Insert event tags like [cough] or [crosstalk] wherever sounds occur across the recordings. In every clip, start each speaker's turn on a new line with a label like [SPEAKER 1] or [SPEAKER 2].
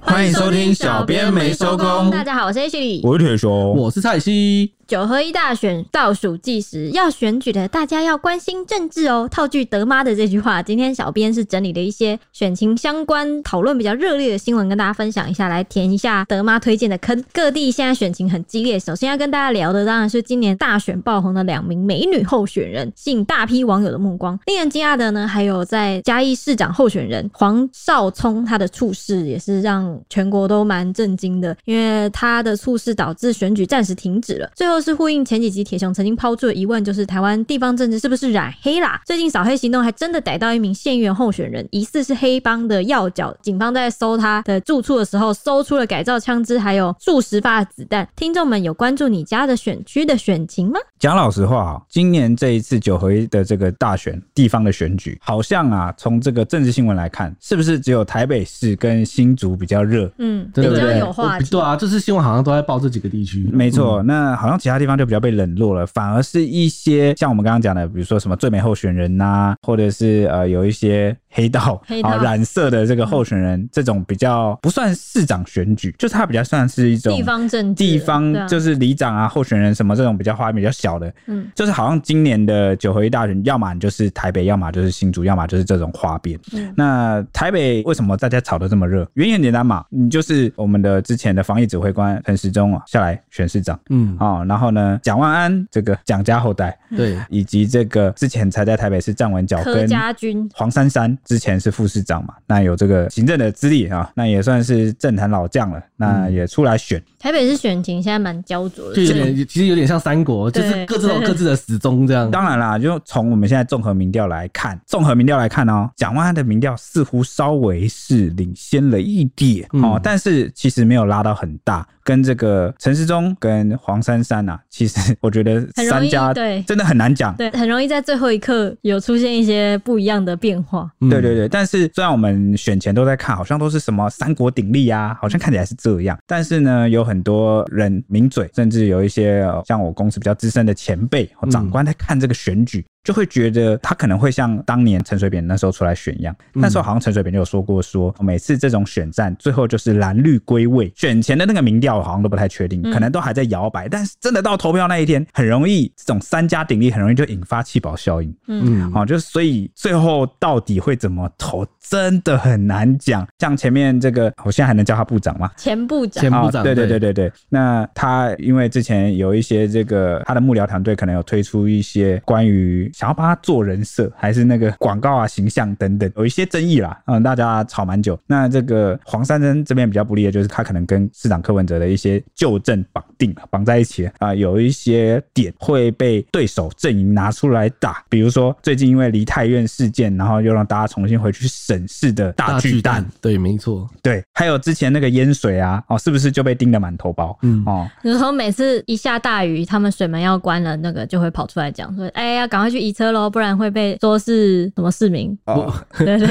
[SPEAKER 1] 欢迎收听小编没收工
[SPEAKER 2] 大家好，我是 H 李。
[SPEAKER 1] 我是铁熊，
[SPEAKER 3] 我是蔡西，
[SPEAKER 2] 九合一大选倒数计时，要选举的大家要关心政治哦。套句德妈的这句话，今天小编是整理了一些选情相关讨论比较热烈的新闻，跟大家分享一下，来填一下德妈推荐的坑。各地现在选情很激烈，首先要跟大家聊的当然是今年大选爆红的两名美女候选人，吸引大批网友的目光。令人惊讶的呢，还有在嘉义市长候选人黄 [laughs] 少聪他的猝逝，也是让全国都蛮震惊的，因为他的猝逝导致选举暂时停止了。最后是呼应前几集铁熊曾经抛出的疑问，就是台湾地方政治是不是染黑啦？最近扫黑行动还真的逮到一名县议员候选人，疑似是黑帮的要角，警方在搜他的住处的时候，搜出了改造枪支，还有数十发的子弹。听众们有关注你家的选区的选情吗？
[SPEAKER 1] 讲老实话啊，今年这一次九合一的这个大选地方的选举，好像啊，从这个政治新闻来看，是不是只有台北市跟新竹比较热？
[SPEAKER 2] 嗯，比
[SPEAKER 3] 对不
[SPEAKER 2] 较
[SPEAKER 3] 对？
[SPEAKER 2] 有话
[SPEAKER 3] 我
[SPEAKER 2] 题
[SPEAKER 3] 对。啊，这次新闻好像都在报这几个地区。
[SPEAKER 1] 没
[SPEAKER 2] 嗯
[SPEAKER 1] 错，那好像其他地方就比较被冷落了，反而是一些像我们刚刚讲的，比如说什么最美候选人呐、或者是呃有一些黑道
[SPEAKER 2] 黑道嗯
[SPEAKER 1] 啊染色的这个候选人，这种比较不算市长选举，就是它比较算是一种
[SPEAKER 2] 地方政治，
[SPEAKER 1] 地方
[SPEAKER 2] 对啊
[SPEAKER 1] 就是里长啊、候选人什么这种比较花比较小的，
[SPEAKER 2] 嗯，
[SPEAKER 1] 就是好像今年的九合一大选，要么你就是台北，要么就是新竹，要么就是这种花边。
[SPEAKER 2] 嗯
[SPEAKER 1] 那台北为什么大家吵得这么热？原因很简单嘛，你就是我们的之前的防疫指挥官陈时中啊下来选市长
[SPEAKER 3] 嗯，
[SPEAKER 1] 啊、哦，然后呢，蒋万安这个蒋家后代，
[SPEAKER 3] 对，
[SPEAKER 1] 以及这个之前才在台北市站稳脚
[SPEAKER 2] 柯
[SPEAKER 1] 跟
[SPEAKER 2] 家军，
[SPEAKER 1] 黄珊珊之前是副市长嘛，那有这个行政的资历啊，那也算是政坛老将了，那
[SPEAKER 2] 嗯
[SPEAKER 1] 也出来选。
[SPEAKER 2] 台北市选情现在蛮焦灼的，
[SPEAKER 3] 就有点，其实有点像三国，就
[SPEAKER 2] 对
[SPEAKER 3] 是各自有各自的死忠这样。
[SPEAKER 1] 当然啦，就从我们现在综合民调来看，综合民调来看哦，蒋万安的民调似乎稍微是领先了一点、
[SPEAKER 3] 嗯
[SPEAKER 1] 哦，但是其实没有拉到很大。跟这个陈时中跟黄珊珊啊，其实我觉得
[SPEAKER 2] 很容
[SPEAKER 1] 三
[SPEAKER 2] 易
[SPEAKER 1] 家
[SPEAKER 2] 对
[SPEAKER 1] 真的很难讲。
[SPEAKER 2] 对，很容易在最后一刻有出现一些不一样的变化。
[SPEAKER 3] 嗯
[SPEAKER 1] 对对对，但是虽然我们选前都在看，好像都是什么三国鼎立啊，好像看起来是这样，但是呢，有很多人名嘴，甚至有一些呃像我公司比较资深的前辈、哦长官在看这个选举。就会觉得他可能会像当年陈水扁那时候出来选一样，嗯那时候好像陈水扁就有说过说每次这种选战最后就是蓝绿归位，选前的那个民调好像都不太确定，
[SPEAKER 2] 嗯
[SPEAKER 1] 可能都还在摇摆，但是真的到投票那一天，很容易这种三家鼎立，很容易就引发弃保效应。
[SPEAKER 3] 嗯，
[SPEAKER 1] 好、哦就是所以最后到底会怎么投，真的很难讲。像前面这个，我现在还能叫他部长吗？
[SPEAKER 2] 前部长
[SPEAKER 3] 前部长，
[SPEAKER 1] 啊对对对，对对。那他因为之前有一些这个他的幕僚团队可能有推出一些关于想要帮他做人设，还是那个广告啊、形象等等，有一些争议啦。嗯，大家吵蛮久。那这个黄珊珊这边比较不利的就是他可能跟市长柯文哲的一些旧政绑定了，绑在一起了啊、有一些点会被对手阵营拿出来打，比如说最近因为梨泰院事件，然后又让大家重新回去审视的大
[SPEAKER 3] 大
[SPEAKER 1] 巨
[SPEAKER 3] 巨
[SPEAKER 1] 蛋
[SPEAKER 3] 蛋，，对，没错，
[SPEAKER 1] 对，还有之前那个淹水啊，哦，是不是就被叮得满头包？
[SPEAKER 3] 嗯
[SPEAKER 1] 哦， [laughs]
[SPEAKER 2] 有时候每次一下大雨，他们水门要关了，那个就会跑出来讲说：“哎呀，赶快去移车喽，不然会被说是什么市民。
[SPEAKER 1] 哦，
[SPEAKER 2] 对对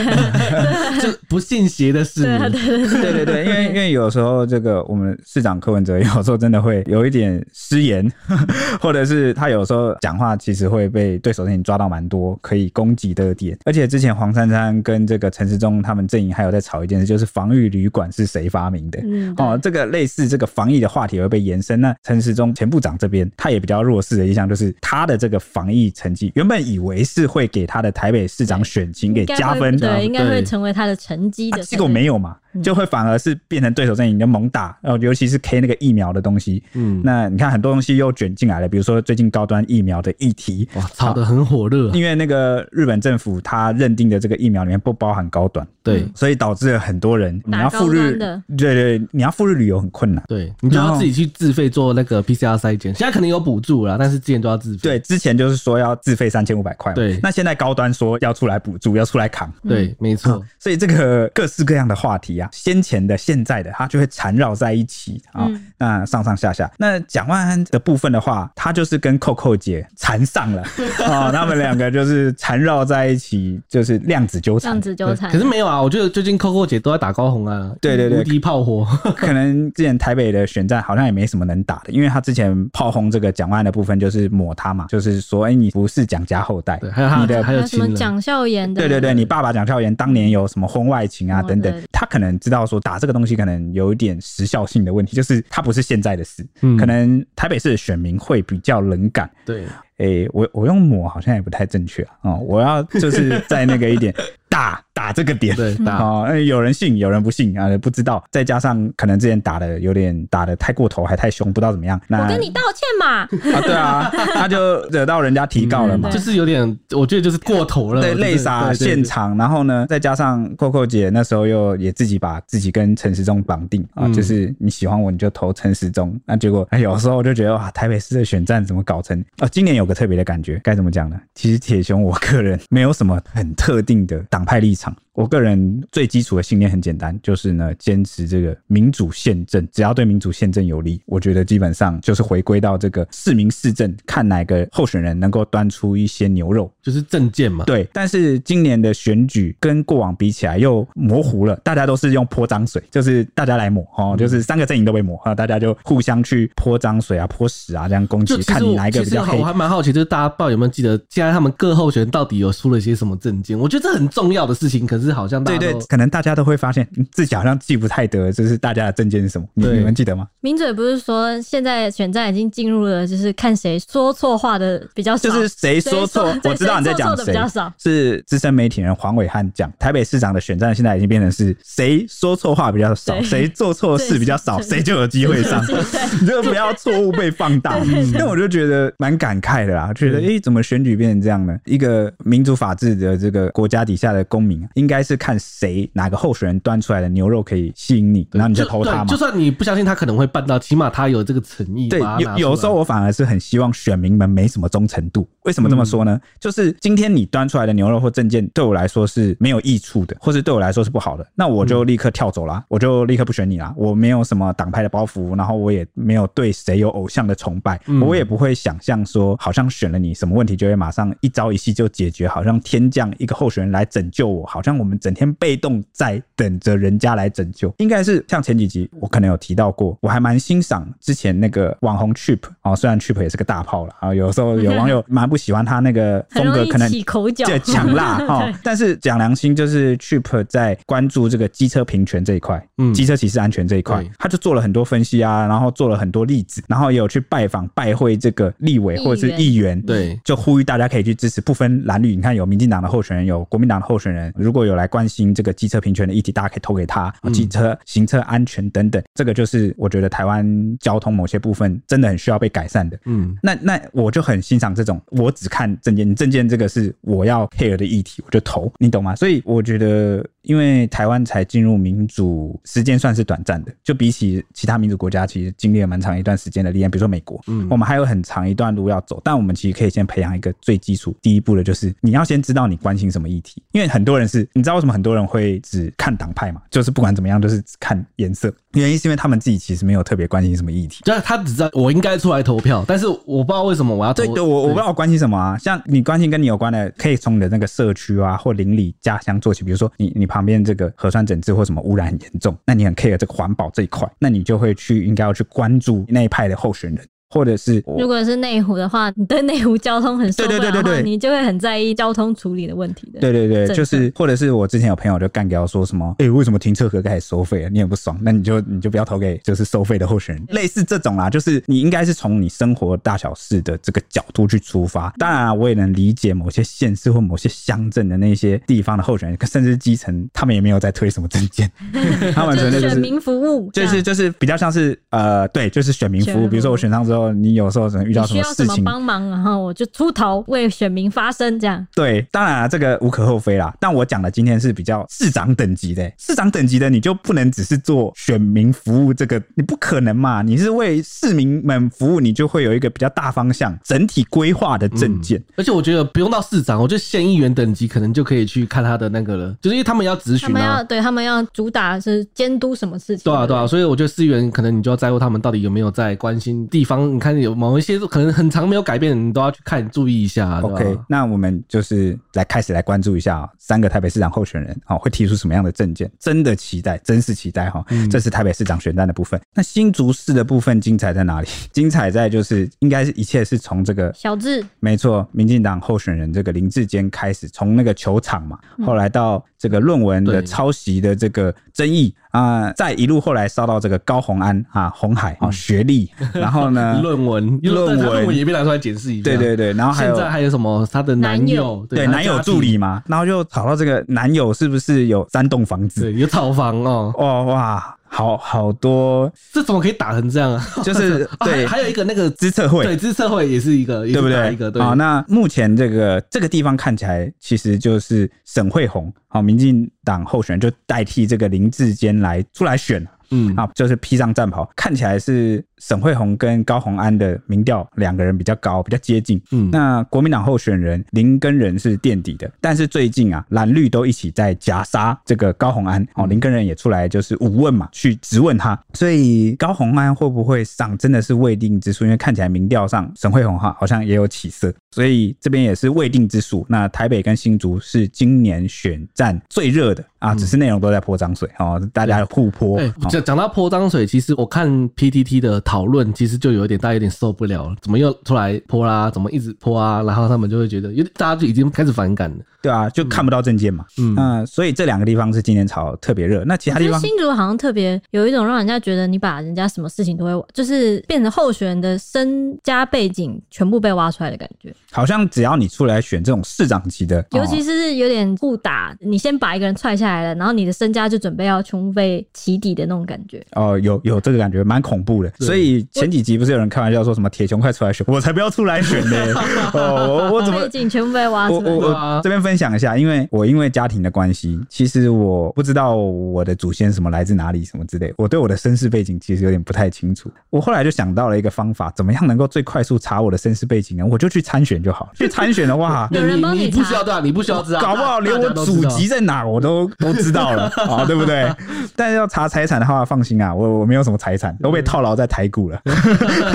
[SPEAKER 3] 就不信邪的市
[SPEAKER 2] 对对
[SPEAKER 3] 民，
[SPEAKER 2] 对对，
[SPEAKER 1] 对对对，因为因为有时候这个我们市长柯文哲有时候真的会有一点失言， [laughs] 或者是他有时候讲话其实会被对手阵营抓到蛮多可以攻击的点，而且之前黄珊珊跟这个陈时中他们阵营还有在吵一件事，就是防御旅馆是谁发明的。
[SPEAKER 2] 嗯，
[SPEAKER 1] 哦，这个类似这个防疫的话题会被延伸。那陈时中前部长这边，他也比较弱势的一项，就是他的这个防疫成绩，原本以为是会给他的台北市长选情给
[SPEAKER 2] 应该
[SPEAKER 1] 加
[SPEAKER 2] 会
[SPEAKER 1] 分，
[SPEAKER 2] 对，应该会
[SPEAKER 3] 对
[SPEAKER 2] 成为他的成绩
[SPEAKER 1] 啊
[SPEAKER 2] 的。
[SPEAKER 1] 结果没有嘛，
[SPEAKER 2] 嗯
[SPEAKER 1] 就会反而是变成对手阵营的猛打，然后尤其是 K 那个疫苗的东西。
[SPEAKER 3] 嗯，
[SPEAKER 1] 那你看很多东西又卷进来了，比如说最近高端疫苗的议题，
[SPEAKER 3] 哇，吵得很火热啊，
[SPEAKER 1] 因为那个日本政府他认定的这个疫苗里面不包含高端，
[SPEAKER 3] 对
[SPEAKER 1] 所以导致了很多人你
[SPEAKER 2] 打
[SPEAKER 1] 要赴
[SPEAKER 2] 高
[SPEAKER 1] 日
[SPEAKER 2] 端的，
[SPEAKER 1] 对对，你要赴日旅游很困难。
[SPEAKER 3] 对，你就
[SPEAKER 1] 然
[SPEAKER 3] 要
[SPEAKER 1] 后
[SPEAKER 3] 自己去自费做那个 PCR 筛检，现在可能有补助啦，但是之前都要自费，
[SPEAKER 1] 对，之前就是说要自费三千五百块嘛，
[SPEAKER 3] 对
[SPEAKER 1] 那现在高端说要出来补助，要出来扛，
[SPEAKER 2] 嗯
[SPEAKER 3] 对，没错，
[SPEAKER 1] 所以这个各式各样的话题啊，先前的、现在的，它就会缠绕在一起啊、
[SPEAKER 2] 嗯
[SPEAKER 1] 那上上下下，那蒋万安的部分的话，他就是跟扣扣姐缠上
[SPEAKER 2] [laughs]
[SPEAKER 1] 了啊、他们两个就是缠绕在一起，就是量子纠
[SPEAKER 2] 这样
[SPEAKER 1] 缠。
[SPEAKER 2] 子纠
[SPEAKER 3] 对
[SPEAKER 2] 缠
[SPEAKER 3] 可。是没有啊，我觉得最近 Coco 姐都在打高红啊，
[SPEAKER 1] 对对对
[SPEAKER 3] 无敌炮火，
[SPEAKER 1] 可能之前台北的选战好像也没什么能打的，因为他之前炮轰这个蒋万安的部分就是抹他嘛，就是说，哎、你不是蒋家后代，
[SPEAKER 3] 对，还有他
[SPEAKER 1] 你的
[SPEAKER 3] 还
[SPEAKER 2] 还
[SPEAKER 3] 有
[SPEAKER 2] 有什
[SPEAKER 3] 亲
[SPEAKER 2] 么
[SPEAKER 3] 人，
[SPEAKER 2] 蒋孝严的？
[SPEAKER 1] 对对对，你爸爸蒋孝严当年有什么婚外情啊
[SPEAKER 2] 哦
[SPEAKER 1] 等等
[SPEAKER 2] 对，
[SPEAKER 1] 他可能能知道说打这个东西可能有一点时效性的问题，就是它不是现在的事，
[SPEAKER 3] 嗯
[SPEAKER 1] 可能台北市的选民会比较冷感。
[SPEAKER 3] 对，
[SPEAKER 1] 诶、我我用抹好像也不太正确啊、哦，我要就是在那个
[SPEAKER 2] [laughs]
[SPEAKER 1] 一点打打这个点，
[SPEAKER 3] [laughs] 对啊打
[SPEAKER 1] 哦，呃有人信，有人不信啊，不知道，再加上可能之前打的有点打的太过头，还太凶，不知道怎么样，那
[SPEAKER 2] 我跟你道歉嘛， [laughs]
[SPEAKER 1] 啊，对啊，他就惹到人家提告了嘛，
[SPEAKER 2] 嗯
[SPEAKER 3] 就是有点，我觉得就是过头了，
[SPEAKER 1] 对，
[SPEAKER 3] 就是
[SPEAKER 1] 泪洒
[SPEAKER 3] 对对对
[SPEAKER 1] 现场，然后呢，再加上 Coco 姐那时候又也自己把自己跟陈时中绑定啊，
[SPEAKER 3] 嗯
[SPEAKER 1] 就是你喜欢我你就投陈时中，那结果哎有时候我就觉得哇，台北市的选战怎么搞成啊？今年有个特别的感觉，该怎么讲呢？其实铁熊我个人没有什么很特定的党派立场。我个人最基础的信念很简单，就是呢，坚持这个民主宪政，只要对民主宪政有利，我觉得基本上就是回归到这个市民市政，看哪个候选人能够端出一些牛肉，
[SPEAKER 3] 就是证件嘛，
[SPEAKER 1] 对，但是今年的选举跟过往比起来又模糊了，大家都是用泼脏水，就是大家来抹哦，就是三个阵营都被抹啊，大家就互相去泼脏水啊、泼屎啊，这样攻
[SPEAKER 3] 就
[SPEAKER 1] 击，
[SPEAKER 3] 其
[SPEAKER 1] 看
[SPEAKER 3] 实
[SPEAKER 1] 你
[SPEAKER 3] 我
[SPEAKER 1] 哪一个
[SPEAKER 3] 其
[SPEAKER 1] 比
[SPEAKER 3] 实
[SPEAKER 1] 较
[SPEAKER 3] 我
[SPEAKER 1] 黑
[SPEAKER 3] 我。还蛮好奇，就是大家不知道有没有记得，现在他们各候选人到底有出了些什么证件？我觉得这很重要的事情，可是好像大
[SPEAKER 1] 对
[SPEAKER 3] 家
[SPEAKER 1] 对
[SPEAKER 3] 都，
[SPEAKER 1] 可能大家都会发现嗯自己好像记不太得，就是大家的证件是什么？你
[SPEAKER 3] 对
[SPEAKER 1] 你们记得吗？
[SPEAKER 2] 名嘴不是说现在选战已经进入了，就是看谁说错话的比较少，
[SPEAKER 1] 就是谁说错
[SPEAKER 2] 谁，对
[SPEAKER 1] 我知道你在
[SPEAKER 2] 谁
[SPEAKER 1] 讲
[SPEAKER 2] 说错的
[SPEAKER 1] 谁
[SPEAKER 2] 比较少，
[SPEAKER 1] 是资深媒体人黄伟汉讲，台北市长的选战现在已经变成是谁说错话比较少，
[SPEAKER 2] 对
[SPEAKER 1] 谁做错事比较少，
[SPEAKER 2] 对
[SPEAKER 1] 谁就有机会
[SPEAKER 2] [laughs]
[SPEAKER 1] 上。 [laughs] 你就不要错误被放大。但我就觉得蛮感慨的啦，觉得诶，怎么选举变成这样呢？一个民主法治的这个国家底下的公民，应该是看谁哪个候选人端出来的牛肉可以吸引你，然后你就投他
[SPEAKER 3] 对
[SPEAKER 1] 嘛
[SPEAKER 3] 就。算你不相信他可能会办到，起码他有这个诚意。
[SPEAKER 1] 对
[SPEAKER 3] 把，它拿出
[SPEAKER 1] 有
[SPEAKER 3] 来
[SPEAKER 1] 有时候我反而是很希望选民们没什么忠诚度。为什么这么说呢？
[SPEAKER 3] 嗯
[SPEAKER 1] 就是今天你端出来的牛肉或证件，对我来说是没有益处的，或是对我来说是不好的，那我就立刻跳走
[SPEAKER 3] 嗯
[SPEAKER 1] 啦，我就立刻不选你啦。我没有什么党派的包袱，然后我也没有对谁有偶像的崇拜，
[SPEAKER 3] 嗯
[SPEAKER 1] 我也不会想象说好像选了你什么问题就会马上一朝一夕就解决，好像天降一个候选人来拯救我，好像我们整天被动在等着人家来拯救。应该是像前几集我可能有提到过，我还蛮欣赏之前那个网红 Chip 哦，虽然 Chip 也是个大炮了啊，有时候有网友蛮不喜欢他那个
[SPEAKER 2] 很
[SPEAKER 1] 风格，
[SPEAKER 2] 容
[SPEAKER 1] 可
[SPEAKER 2] 易
[SPEAKER 1] 能
[SPEAKER 2] 起口角，
[SPEAKER 1] 对，强辣 [laughs] 哈。但是讲良心，就是 Chip 在关注这个机车平权这一块，
[SPEAKER 3] 嗯
[SPEAKER 1] 机车骑士安全这一块
[SPEAKER 3] 对，
[SPEAKER 1] 他就做了很多分析啊，然后做了很多例子，然后也有去拜访拜会这个立委
[SPEAKER 2] 议
[SPEAKER 1] 或者是议员，
[SPEAKER 3] 对
[SPEAKER 1] 就呼吁大家可以去支持不分蓝绿。你看有民进党的候选人，有国民党的候选人，如果有来关心这个机车平权的议题，大家可以投给他，
[SPEAKER 3] 嗯
[SPEAKER 1] 机车行车安全等等，这个就是我觉得台湾交通某些部分真的很需要被改善的。
[SPEAKER 3] 嗯，
[SPEAKER 1] 那那我就很欣赏这种，我只看证件，你证件这个是我要 care 的议题，我就投，你懂吗？所以我觉得，因为台湾才进入民主时间算是短暂的，就比起其他民主国家，其实经历了蛮长一段时间的历练，比如说美国，
[SPEAKER 3] 嗯
[SPEAKER 1] 我们还有很长一段路要走，但我们其实可以先培养一个最基础，第一步的就是你要先知道你关心什么议题，因为很多人是，你知道为什么很多人会只看党派嘛，就是不管怎么样，就是只看颜色，原因是因为他们自己其实没有特别关心什么议题。
[SPEAKER 3] 就是他只知道我应该出来投票，但是我不知道为什么我啊要投。
[SPEAKER 1] 对对，我我不知道我关心什么啊。像你关心跟你有关的，可以从你的那个社区啊或邻里家乡做起。比如说你你旁边这个核酸整治或什么污染很严重，那你很 care 这个环保这一块，那你就会去应该要去关注那一派的候选人，或者是
[SPEAKER 2] [laughs] 如果是内湖的话，你对内湖交通很受不了的话，
[SPEAKER 1] 对对对对对
[SPEAKER 2] 你就会很在意交通处理的问题的。
[SPEAKER 1] 对对对，
[SPEAKER 2] 政
[SPEAKER 1] 就
[SPEAKER 2] 策
[SPEAKER 1] 是或者是我之前有朋友就干掉说什么，哎、为什么停车格开始收费了？你很不爽，那你就你就不要投给就是收费的候选人，类似这种啦，就是你应该是从你生活大小事的这个角度去出发。当然、啊，我也能理解某些县市或某些乡镇的那些地方的候选人，甚至基层，他们也没有在推什么证件，
[SPEAKER 2] [laughs]
[SPEAKER 1] 他们纯
[SPEAKER 2] 就
[SPEAKER 1] 粹就是
[SPEAKER 2] 选
[SPEAKER 1] 是
[SPEAKER 2] 民服务，
[SPEAKER 1] 就是就是比较像是呃，对，就是选民
[SPEAKER 2] 选
[SPEAKER 1] 服务。
[SPEAKER 2] 民
[SPEAKER 1] 比如说我
[SPEAKER 2] 服务
[SPEAKER 1] 选上之后，你有时候可能遇
[SPEAKER 2] 这
[SPEAKER 1] 到
[SPEAKER 2] 样你需
[SPEAKER 1] 什么
[SPEAKER 2] 要什
[SPEAKER 1] 事
[SPEAKER 2] 么
[SPEAKER 1] 情，
[SPEAKER 2] 帮忙，然后我就出头为选民发声，这样。
[SPEAKER 1] 对，当然啊，这个无可厚非啦。但我讲的今天是比较市长等级的、市长等级的你就不能只是做选民服务，这个你不可能嘛。你是为市民们服务，你就会有一个比较大方向、整体规划的证件。
[SPEAKER 3] 而且我觉得不用到市长，我觉得县议员等级可能就可以去看他的那个了，就是因为他们要咨
[SPEAKER 2] 他
[SPEAKER 3] 询
[SPEAKER 2] 们要
[SPEAKER 3] 啊。
[SPEAKER 2] 对他们要主打是监督什么事情？
[SPEAKER 3] 对啊，对啊，所以我觉得市议员可能你就要在乎他们到底有没有在关心地方。你看有某一些可能很长没有改变，你都要去看注意一下。对吧
[SPEAKER 1] OK，那我们就是来开始来关注一下、三个台北市长候选人啊、哦会提出什么样的证件，真的期待，真是期待哈、这是台北市长选战的部分。那新竹市的部分精彩在哪里？ [laughs] 精彩在就是应该是一切是从这个
[SPEAKER 2] 小智
[SPEAKER 1] 没错，民进党候选人这个林志坚开始，从那个球场嘛，后来到这个论文的
[SPEAKER 3] 对
[SPEAKER 1] 抄袭的这个争议啊、再一路后来烧到这个高红安啊，红海啊，学历，然后呢，
[SPEAKER 3] [laughs] 论文，
[SPEAKER 1] 论文
[SPEAKER 3] 他论文也被拿出来解释一下。
[SPEAKER 1] 对对对，然后还
[SPEAKER 3] 现
[SPEAKER 1] 有
[SPEAKER 3] 在还有什么他的男友，
[SPEAKER 1] 对
[SPEAKER 3] 他
[SPEAKER 1] 男友
[SPEAKER 3] 家
[SPEAKER 1] 助
[SPEAKER 3] 庭，
[SPEAKER 1] 理嘛，然后就吵到这个男友是不是有三栋房子？
[SPEAKER 3] 对有套房哦，
[SPEAKER 1] 哦哇，好好多，
[SPEAKER 3] 这怎么可以打成这样啊？
[SPEAKER 1] 就是
[SPEAKER 3] [laughs] 啊
[SPEAKER 1] 对
[SPEAKER 3] 还还有一个那个
[SPEAKER 1] 资策会，
[SPEAKER 3] 对资策会也是一个，也是
[SPEAKER 1] 对不
[SPEAKER 3] 打
[SPEAKER 1] 对？
[SPEAKER 3] 一个对
[SPEAKER 1] 好，那目前这个这个地方看起来其实就是沈惠虹，好，民进党候选人就代替这个林志坚来出来选
[SPEAKER 3] 嗯
[SPEAKER 1] 啊，就是披上战袍，看起来是沈惠虹跟高虹安的民调两个人比较高，比较接近。
[SPEAKER 3] 嗯，
[SPEAKER 1] 那国民党候选人林根仁是垫底的，但是最近啊，蓝绿都一起在夹杀这个高虹安哦，林根仁也出来就是五问嘛，去质问他，所以高虹安会不会上真的是未定之数，因为看起来民调上沈惠虹哈好像也有起色，所以这边也是未定之数。那台北跟新竹是今年选战最热的啊，只是内容都在泼脏水哦，大家互泼。
[SPEAKER 3] 哎，
[SPEAKER 1] 哦
[SPEAKER 3] 讲讲到泼脏水，其实我看 PTT 的讨论，其实就有一点大家有点受不了了，怎么又出来泼啦？怎么一直泼啊？然后他们就会觉得，有点大家就已经开始反感了。
[SPEAKER 1] 对啊，就看不到证件嘛。
[SPEAKER 3] 嗯
[SPEAKER 1] 那所以这两个地方是今年炒特别热，那其他
[SPEAKER 2] 就
[SPEAKER 1] 地
[SPEAKER 2] 是
[SPEAKER 1] 方
[SPEAKER 2] 新竹好像特别有一种让人家觉得你把人家什么事情都会，就是变成候选人的身家背景全部被挖出来的感觉，
[SPEAKER 1] 好像只要你出来选这种市长级的，
[SPEAKER 2] 尤其
[SPEAKER 1] 哦
[SPEAKER 2] 是有点互打，你先把一个人踹下来了，然后你的身家就准备要全部被起底的那种感觉。
[SPEAKER 1] 哦有有这个感觉，蛮恐怖的。
[SPEAKER 3] 对
[SPEAKER 1] 所以前几集不是有人开玩笑说什么铁熊快出来选，我才不要出来选呢、
[SPEAKER 3] [laughs]
[SPEAKER 1] 哦，我我怎么
[SPEAKER 2] 背？景全部被挖
[SPEAKER 1] 我
[SPEAKER 2] 出来，
[SPEAKER 1] 我，
[SPEAKER 3] 对啊
[SPEAKER 1] 我这边分享一下，因为我因为家庭的关系，其实我不知道我的祖先什么来自哪里什么之类，我对我的身世背景其实有点不太清楚。我后来就想到了一个方法，怎么样能够最快速查我的身世背景呢？我就去参选
[SPEAKER 3] [laughs]
[SPEAKER 1] 就好，去参选的话
[SPEAKER 2] 有人帮
[SPEAKER 3] 你
[SPEAKER 2] 你
[SPEAKER 3] 不
[SPEAKER 2] 查
[SPEAKER 3] 需要对啊，你不需要知道，
[SPEAKER 1] [laughs] 搞不好连我
[SPEAKER 3] 大家都知
[SPEAKER 1] 祖
[SPEAKER 3] 道
[SPEAKER 1] 籍在哪我都都知道
[SPEAKER 2] [laughs]
[SPEAKER 1] 了啊，对不对？但是要查财产的话，放心啊，我我没有什么财产，
[SPEAKER 2] 嗯
[SPEAKER 1] 都被套牢在台股
[SPEAKER 2] [laughs]
[SPEAKER 1] 了。 [laughs]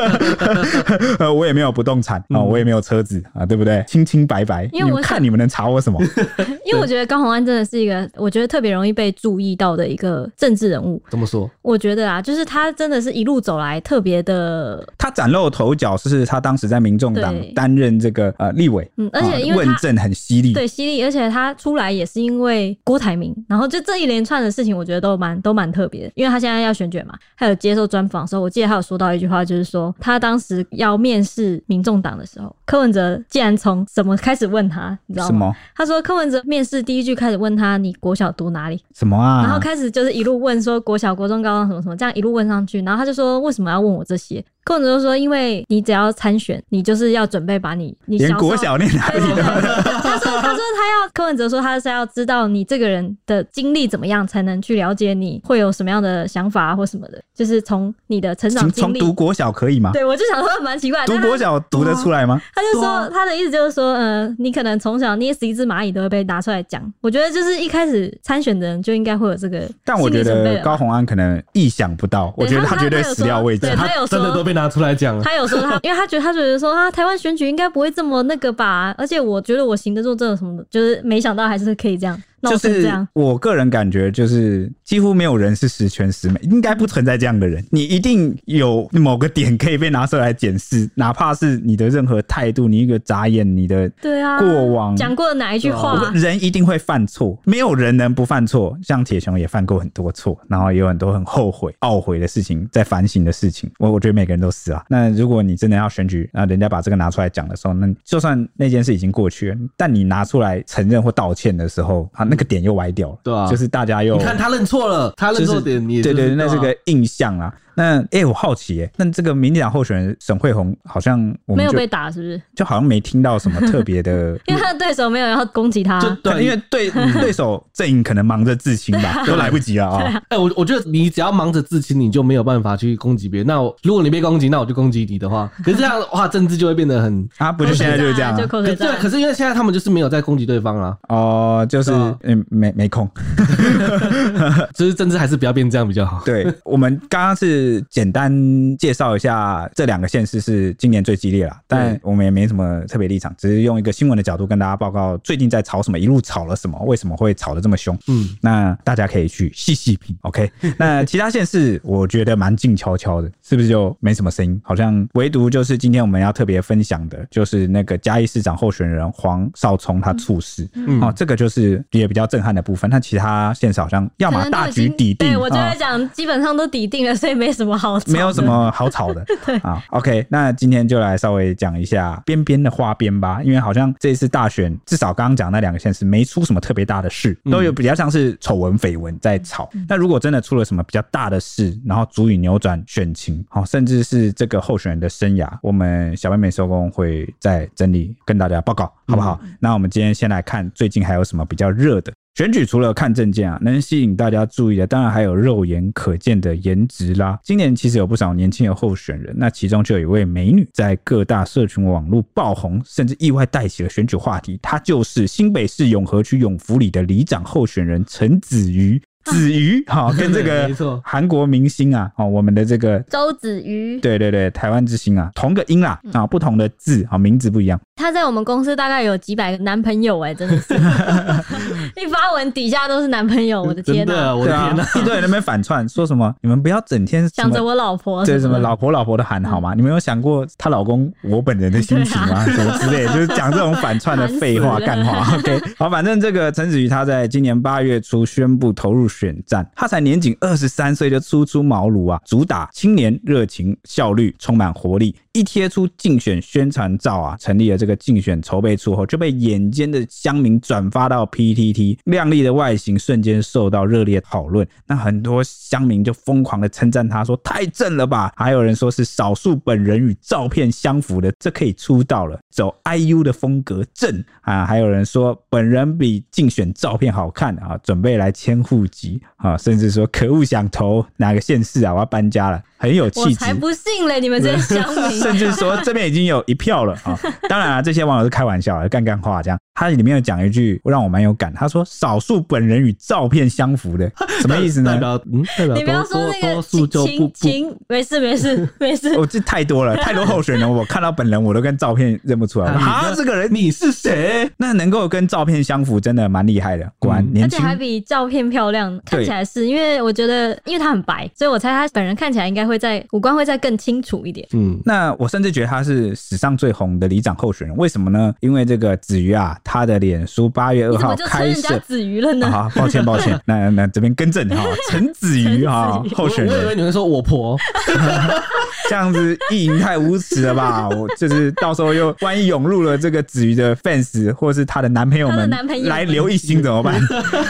[SPEAKER 1] 呃，我也没有不动产啊，我也没有车子啊，对不对？清清白白，
[SPEAKER 2] 嗯因为
[SPEAKER 1] 你
[SPEAKER 2] 我
[SPEAKER 1] 们看你们能查我什么？
[SPEAKER 2] 因为我觉得高虹安真的是一个，我觉得特别容易被注意到的一个政治人物。
[SPEAKER 3] 怎么说？
[SPEAKER 2] 我觉得啊，就是他真的是一路走来特别的，
[SPEAKER 1] 他崭露头角是他当时在民众党
[SPEAKER 2] 对
[SPEAKER 1] 担任这个呃立委，
[SPEAKER 2] 嗯，而且因
[SPEAKER 1] 啊
[SPEAKER 2] 为
[SPEAKER 1] 问
[SPEAKER 2] 他
[SPEAKER 1] 政很犀利，
[SPEAKER 2] 对，犀利，而且他出来也是因为郭台铭，然后就这一连串的事情，我觉得都蛮都蛮特别的，因为他现在要选举嘛，还有接受专访的时候，我记得他有说到一句话，就是说他当时要面试民众党的时候，柯文哲竟然从什么开始问他，你知道
[SPEAKER 1] 什
[SPEAKER 2] 吗？
[SPEAKER 1] 么
[SPEAKER 2] 他说柯文哲面试第一句开始问他你国小读哪里，
[SPEAKER 1] 什么
[SPEAKER 2] 然后
[SPEAKER 1] 啊？
[SPEAKER 2] 开始就是一路问说国小、国中、高中什么什么，这样一路问上去，然后他就说为什么要问我这些？柯文哲就说因为你只要参选，你就是要准备把你你
[SPEAKER 1] 连
[SPEAKER 2] 时候
[SPEAKER 1] 国小念哪
[SPEAKER 2] 对
[SPEAKER 1] 里
[SPEAKER 2] 对对
[SPEAKER 1] 的？
[SPEAKER 2] [laughs] 他说：“他说他要柯文哲说他是要知道你这个人的经历怎么样，才能去了解你会有什么样的想法或什么的，就是从你的成长
[SPEAKER 1] 从
[SPEAKER 2] 经
[SPEAKER 1] 从
[SPEAKER 2] 历。
[SPEAKER 1] 读国小可以吗？
[SPEAKER 2] 对，哦我就想说蛮奇怪，
[SPEAKER 1] 读
[SPEAKER 2] 但他
[SPEAKER 1] 国小读得出来吗？
[SPEAKER 2] 他
[SPEAKER 3] 对
[SPEAKER 2] 就说、
[SPEAKER 3] 啊
[SPEAKER 2] 他的意思就是说，呃，你可能从小捏死一只蚂蚁都会被拿出来讲。我觉得就是一开始参选的人就应该会有这个
[SPEAKER 1] 但我
[SPEAKER 2] 心
[SPEAKER 1] 觉
[SPEAKER 2] 理准备
[SPEAKER 1] 得
[SPEAKER 2] 了
[SPEAKER 1] 高
[SPEAKER 2] 吧。
[SPEAKER 1] 红安可能意想不到，我觉得
[SPEAKER 2] 他
[SPEAKER 1] 他绝对
[SPEAKER 2] 他有
[SPEAKER 1] 始料未及
[SPEAKER 2] 说。对
[SPEAKER 3] 他
[SPEAKER 2] 他有
[SPEAKER 3] 真的
[SPEAKER 2] 哦说
[SPEAKER 3] 都被拿出来讲啊了。
[SPEAKER 2] [laughs] 他有说
[SPEAKER 1] [laughs]
[SPEAKER 2] 他，因为他觉得他觉得说啊，台湾选举应该不会这么那个吧，而且我觉得我行得住这种什么的，就是没想到还是可以这样闹
[SPEAKER 1] 就
[SPEAKER 2] 成这
[SPEAKER 1] 是
[SPEAKER 2] 样。
[SPEAKER 1] 我个人感觉，就是几乎没有人是十全十美，应该不存在这样的人。你一定有某个点可以被拿出来检视，哪怕是你的任何态度，你一个眨眼，你的
[SPEAKER 2] 对啊，
[SPEAKER 1] 过往
[SPEAKER 2] 讲过的哪一句话、
[SPEAKER 1] 我人一定会犯错，没有人能不犯错。像铁熊也犯过很多错，然后也有很多很后悔、懊悔的事情，在反省的事情。我我觉得每个人都是啊。那如果你真的要选举，啊，人家把这个拿出来讲的时候，那就算那件事已经过去了，但你拿出来承认或道歉的时候，啊，那个点又歪掉了。
[SPEAKER 3] 对啊
[SPEAKER 1] 就是大家又
[SPEAKER 3] 你看他认错了，他认错点你也
[SPEAKER 1] 对
[SPEAKER 3] 就
[SPEAKER 1] 对，
[SPEAKER 3] 知道
[SPEAKER 1] 那
[SPEAKER 3] 啊
[SPEAKER 1] 是个印象啊。那哎、我好奇、欸，那这个民进党候选人沈惠虹好像我
[SPEAKER 2] 没
[SPEAKER 1] 们
[SPEAKER 2] 有
[SPEAKER 1] 就嗯
[SPEAKER 2] 被打是不是？
[SPEAKER 1] 就好像没听到什么特别的
[SPEAKER 2] [laughs]
[SPEAKER 1] [laughs]
[SPEAKER 2] 因为他的对手没有要攻击他，
[SPEAKER 3] 就
[SPEAKER 1] 可能
[SPEAKER 3] 对，
[SPEAKER 1] 因为嗯对对手阵营可能忙着自清吧， [laughs] 都来不及了啊、
[SPEAKER 3] 哎、我我觉得你只要忙着自清，你就没有办法去攻击别人。那我如果你被攻击，那我就攻击你的话，可是这样的话，政治就会变得很。
[SPEAKER 1] 啊，不就现在就是这样
[SPEAKER 2] 就
[SPEAKER 1] 啊？
[SPEAKER 2] 口
[SPEAKER 3] 可
[SPEAKER 2] 水
[SPEAKER 3] 是对啊，
[SPEAKER 2] 战。
[SPEAKER 3] 可是因为现在他们就是没有在攻击对方啊啦，
[SPEAKER 1] 哦，就是
[SPEAKER 3] 对啊
[SPEAKER 1] 嗯，没没空。
[SPEAKER 3] 就是政治还是不要变这样比较好。
[SPEAKER 1] 对我们刚刚是是简单介绍一下这两个县市是今年最激烈啦，但
[SPEAKER 3] 对
[SPEAKER 1] 我们也没什么特别立场，只是用一个新闻的角度跟大家报告最近在吵什么，一路吵了什么，为什么会吵得这么凶。
[SPEAKER 3] 嗯，
[SPEAKER 1] 那大家可以去细细品，OK？
[SPEAKER 2] [laughs]
[SPEAKER 1] 那其他县市我觉得蛮静悄悄的，是不是就没什么声音？好像唯独就是今天我们要特别分享的，就是那个嘉义市长候选人黄少聪他猝死，
[SPEAKER 3] 嗯
[SPEAKER 1] 哦，这个就是也比较震撼的部分。那其他县市好像要
[SPEAKER 2] 可
[SPEAKER 1] 么
[SPEAKER 2] 能都
[SPEAKER 1] 大
[SPEAKER 2] 已
[SPEAKER 1] 局
[SPEAKER 2] 经
[SPEAKER 1] 底定，
[SPEAKER 2] 对我就
[SPEAKER 1] 啊
[SPEAKER 2] 会讲，基本上都底定了，所以没什么好吵的。
[SPEAKER 1] 没有什么好吵的啊。OK，那今天就来稍微讲一下边边的花边吧，因为好像这次大选，至少刚刚讲那两个县市没出什么特别大的事，都有比较像是丑闻绯闻在吵。那如果真的出了什么比较大的事，然后足以扭转选情，好、甚至是这个候选人的生涯，我们小妹妹收工会再整理跟大家报告，好不好？
[SPEAKER 3] 嗯
[SPEAKER 1] 那我们今天先来看最近还有什么比较热的。选举除了看证件啊，能吸引大家注意的，当然还有肉眼可见的颜值啦。今年其实有不少年轻的候选人，那其中就有一位美女在各大社群网络爆红，甚至意外带起了选举话题。她就是新北市永和区永福里的里长候选人陈子瑜。子瑜，
[SPEAKER 3] [laughs]
[SPEAKER 1] 好、跟这
[SPEAKER 3] 啊没
[SPEAKER 1] 个
[SPEAKER 3] 错
[SPEAKER 1] 韩国明星啊，哦，我们的这个
[SPEAKER 2] 周子瑜，
[SPEAKER 1] 对对对，台湾之星啊，同个音啦，
[SPEAKER 3] 嗯
[SPEAKER 1] 啊、不同的字啊、名字不一样。
[SPEAKER 2] 他在我们公司大概有几百个男朋友哎、真的是，
[SPEAKER 1] [laughs]
[SPEAKER 2] 一发文底下都是男朋哦友，我的天
[SPEAKER 3] 真
[SPEAKER 2] 哪、
[SPEAKER 3] 的，我的天
[SPEAKER 1] 对
[SPEAKER 3] 哪
[SPEAKER 1] 啊，！一堆人在那边反串，说什么你们不要整天什
[SPEAKER 2] 想
[SPEAKER 1] 么
[SPEAKER 2] 着我老婆，
[SPEAKER 1] 对什么老婆老婆的喊好
[SPEAKER 2] 嗯
[SPEAKER 1] 吗？你们有想过她老公我本人的心情吗？什么之类的，就是讲这种反串的废话
[SPEAKER 2] 啊烦死了
[SPEAKER 1] 干话。OK，好，反正这个陈子瑜他在今年八月初宣布投入选战，他才年仅二十三岁就初出茅庐啊，主打青年热情、效率、充满活力。一贴出竞选宣传照啊，成立了这个竞选筹备处后，就被眼尖的乡民转发到 PTT，靓丽的外形瞬间受到热烈讨论。那很多乡民就疯狂的称赞他说太正了吧，还有人说是少数本人与照片相符的，这可以出道了，走 IU 的风格正啊，还有人说本人比竞选照片好看啊，准备来迁户籍啊，甚至说可恶想投哪个县市啊，我要搬家了，很有
[SPEAKER 2] 我
[SPEAKER 1] 气质啊
[SPEAKER 2] 才。不信嘞，你们这些乡
[SPEAKER 1] 甚 [laughs]
[SPEAKER 2] 民。
[SPEAKER 1] 至说这边已经有一票了啊、当然啊，这些网友是开玩笑啊的，干干话这样。他里面有讲一句让我蛮有感，他说少数本人与照片相符的，什么意思
[SPEAKER 3] 代
[SPEAKER 1] 呢？
[SPEAKER 3] 表嗯，代表
[SPEAKER 2] 你不要
[SPEAKER 3] 多
[SPEAKER 2] 说
[SPEAKER 3] 多
[SPEAKER 2] 那个
[SPEAKER 3] 多数
[SPEAKER 2] 情
[SPEAKER 3] 就不
[SPEAKER 2] 情
[SPEAKER 3] 不
[SPEAKER 2] 情，没事没
[SPEAKER 1] [laughs]
[SPEAKER 2] 事没事，
[SPEAKER 1] 我这太多 [laughs] 了，太多候选人，我看到本人我都跟照片认不出来。
[SPEAKER 3] 啊
[SPEAKER 1] 啊，这个人你是谁？那能够跟照片相符，真的蛮厉害的。果然
[SPEAKER 3] 嗯
[SPEAKER 1] 年
[SPEAKER 2] 而且
[SPEAKER 1] 轻，
[SPEAKER 2] 还比照片漂亮，看起来是因为我觉得，因为他很白，所以我猜他本人看起来应该会在五官会再更清楚一点。
[SPEAKER 3] 嗯，
[SPEAKER 1] 那我甚至觉得他是史上最红的里长候选人，为什么呢？因为这个子瑜啊，他的脸书八月
[SPEAKER 2] 你
[SPEAKER 1] 二
[SPEAKER 2] 怎么
[SPEAKER 1] 号
[SPEAKER 2] 就称
[SPEAKER 1] 呃开
[SPEAKER 2] 人家
[SPEAKER 1] 设。
[SPEAKER 2] 子瑜了呢？
[SPEAKER 1] 啊，抱歉
[SPEAKER 2] [laughs]
[SPEAKER 1] 抱歉，那那这边更正哈，陈子瑜
[SPEAKER 2] 陈
[SPEAKER 1] 哈
[SPEAKER 2] 子瑜啊
[SPEAKER 1] 候选
[SPEAKER 3] 我我以
[SPEAKER 1] 人
[SPEAKER 3] 为你会说我婆，
[SPEAKER 1] 这样子意淫太无耻
[SPEAKER 2] [laughs]
[SPEAKER 1] 了吧？我就是到时候又万一涌入了这个子瑜的 fans 或是她的男朋友
[SPEAKER 2] 她的
[SPEAKER 1] 们
[SPEAKER 2] 男朋友
[SPEAKER 1] 来
[SPEAKER 2] 们
[SPEAKER 1] 刘一星怎么办？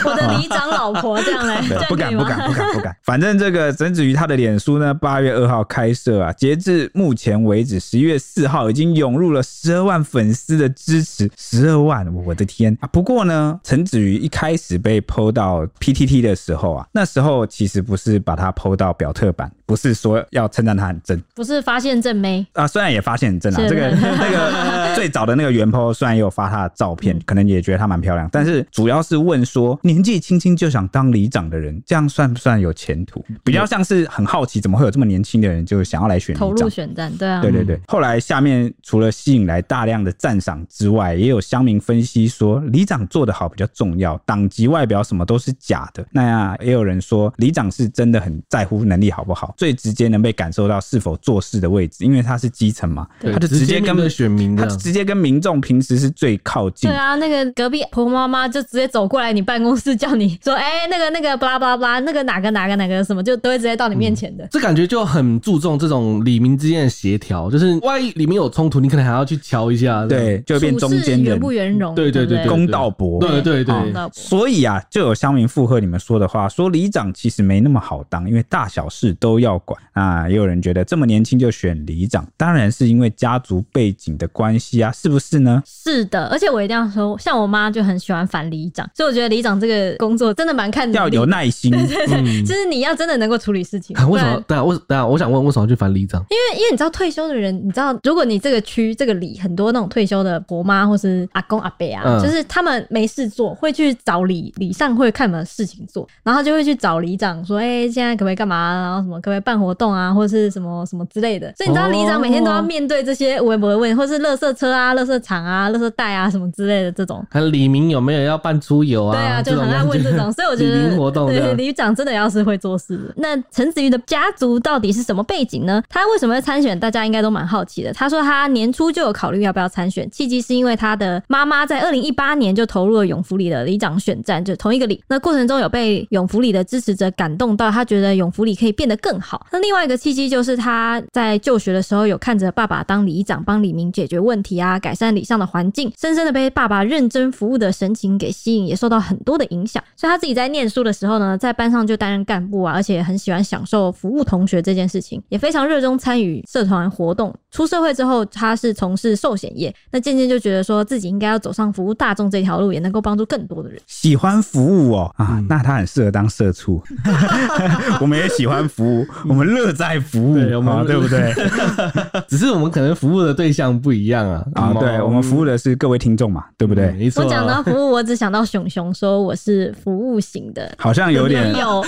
[SPEAKER 2] 我的里长老婆这样
[SPEAKER 1] [laughs]
[SPEAKER 2] 来，这 [laughs]
[SPEAKER 1] 对，
[SPEAKER 2] 样
[SPEAKER 1] 不
[SPEAKER 2] 可
[SPEAKER 1] 敢
[SPEAKER 2] 以
[SPEAKER 1] 不
[SPEAKER 2] 吗？
[SPEAKER 1] 敢不敢不 [laughs] 敢。反正这个陈子瑜他的脸书呢，八月二号开设啊，截至目前为止，十一月四号已经涌入了十二万粉丝的支持，十二万，我的天啊！不过呢，陈子瑜一开始被 PO 到 PTT 的时候啊，那时候其实不是把他 PO 到表特版，不是说要称赞他很正，
[SPEAKER 2] 不是发现正妹，
[SPEAKER 1] 啊，虽然也发现很正啊，
[SPEAKER 2] 是 [laughs]
[SPEAKER 1] 这个那个最早的那个原 po 虽然也有发她的照
[SPEAKER 2] 嗯
[SPEAKER 1] 片，可能也觉得她蛮漂亮，但是主要是问说年纪轻轻就想当里长的人，这样算不算有前途？比较像是很好奇，怎么会有这么年轻的人就想要来选里
[SPEAKER 2] 投入
[SPEAKER 1] 长？
[SPEAKER 2] 选战，对啊，
[SPEAKER 1] 对对对，后来下面除了吸引来大量的赞赏之外，也有乡民分析说，里长做得好比较重要，党籍外表什么都是假的。那、也有人说，里长是真的很在乎能力好不好，最直接能被感受到是否做事的位置，因为他是基层嘛，
[SPEAKER 2] 啊
[SPEAKER 3] 对
[SPEAKER 1] 他就直接跟
[SPEAKER 3] 面对选民
[SPEAKER 1] 他
[SPEAKER 3] 的
[SPEAKER 1] 就，直接跟民众平时是最靠近
[SPEAKER 2] 对。啊，那个隔壁婆妈妈就直接走过来你办公室，叫你说，哎、那个那个，巴拉巴拉巴拉，那个哪个哪个哪个什么，就都会直接到你面前的。
[SPEAKER 3] 这感觉就很注重这种里民之间的协调，就是万一里面有冲突，你可能还要去瞧一下。这样，
[SPEAKER 1] 对，就会变
[SPEAKER 2] 处
[SPEAKER 1] 中
[SPEAKER 2] 事
[SPEAKER 1] 间人
[SPEAKER 2] 圆，不圆融？
[SPEAKER 3] 对
[SPEAKER 2] 对
[SPEAKER 3] 对
[SPEAKER 2] 不
[SPEAKER 3] 对
[SPEAKER 1] 公道伯。
[SPEAKER 3] 对对对
[SPEAKER 2] 公道婆
[SPEAKER 1] 所以啊，就有乡民附和你们说的话，说里长其实没那么好当，因为大小事都要管啊。也有人觉得这么年轻就选里长，当然是因为家族背景的关系系啊，是不是呢？
[SPEAKER 2] 是的，而且我一定要说，像我妈就很喜欢反里长，所以我觉得里长这个工作真的蛮看
[SPEAKER 1] 要
[SPEAKER 2] 能力
[SPEAKER 1] 有耐心，
[SPEAKER 2] [laughs]
[SPEAKER 3] 嗯，
[SPEAKER 2] 就是你要真的能够处理事情，
[SPEAKER 3] 为
[SPEAKER 2] 不
[SPEAKER 3] 什
[SPEAKER 2] 然
[SPEAKER 3] 么？对啊，为对啊，我想问，为什么要去反里长？
[SPEAKER 2] 因为因为你知道退休的人，你知道如果你这个区这个里很多那种退休的婆妈或是阿公阿伯啊，
[SPEAKER 3] 嗯
[SPEAKER 2] 就是他们没事做，会去找里里上会看有没有事情做，然后就会去找里长说，哎、现在可不可以干嘛啊、然后什么可不可以办活动啊，或是什么什么之类的。所以你知道
[SPEAKER 3] 哦
[SPEAKER 2] 里长每天都要面对这些微博的问，或是垃圾车啊、垃圾场啊、垃圾袋啊什么之类的这种。
[SPEAKER 3] 看李明有没有要办出游啊？
[SPEAKER 2] 对啊，就很爱
[SPEAKER 3] 感
[SPEAKER 2] 问
[SPEAKER 3] 觉
[SPEAKER 2] 这种，所以我觉
[SPEAKER 3] 李
[SPEAKER 2] 得
[SPEAKER 3] 明活动这
[SPEAKER 2] 对
[SPEAKER 3] 样
[SPEAKER 2] 李长真的要是会做事的。那陈子瑜的家族到底是什么背景呢？他为什么会参选？大家应该都蛮好奇的。他说他年初就有考虑要不要参选，契机是因为他的妈妈在二零一八年就投入了永福里的里长选战，就同一个里。那过程中有被永福里的支持者感动到，他觉得永福里可以变得更好。那另外一个契机就是他在就学的时候有看着爸爸当里长，帮李明解决问题啊，改善里上的环境，深深的被爸爸认真服务的神情给吸引，也受到很多的影响。所以他自己在念书的时候呢，在班上就担任干部啊，而且很喜欢享受服务同学这件事情，也非常热衷参与社团活动。出社会之后，他是从事寿险业，那渐渐就觉得说自己应该要走上服务大众这条路，也能够帮助更多的人。
[SPEAKER 1] 喜欢服务哦啊
[SPEAKER 3] 嗯，
[SPEAKER 1] 那他很适合当社畜。 [laughs] 我们也喜欢服务，我们乐在服务
[SPEAKER 3] 对我们
[SPEAKER 1] 啊，对不对？
[SPEAKER 3] [laughs] 只是我们可能服务的对象不一样啊。
[SPEAKER 1] 啊，对，我们服务的是各位听众嘛，对不
[SPEAKER 3] 嗯
[SPEAKER 1] 对？
[SPEAKER 3] 没错
[SPEAKER 2] 我
[SPEAKER 3] 啊。
[SPEAKER 2] 讲到服务，我只想到熊熊说我是服务型的。
[SPEAKER 1] 好像有
[SPEAKER 2] [laughs]
[SPEAKER 1] 点 [laughs]
[SPEAKER 2] 有，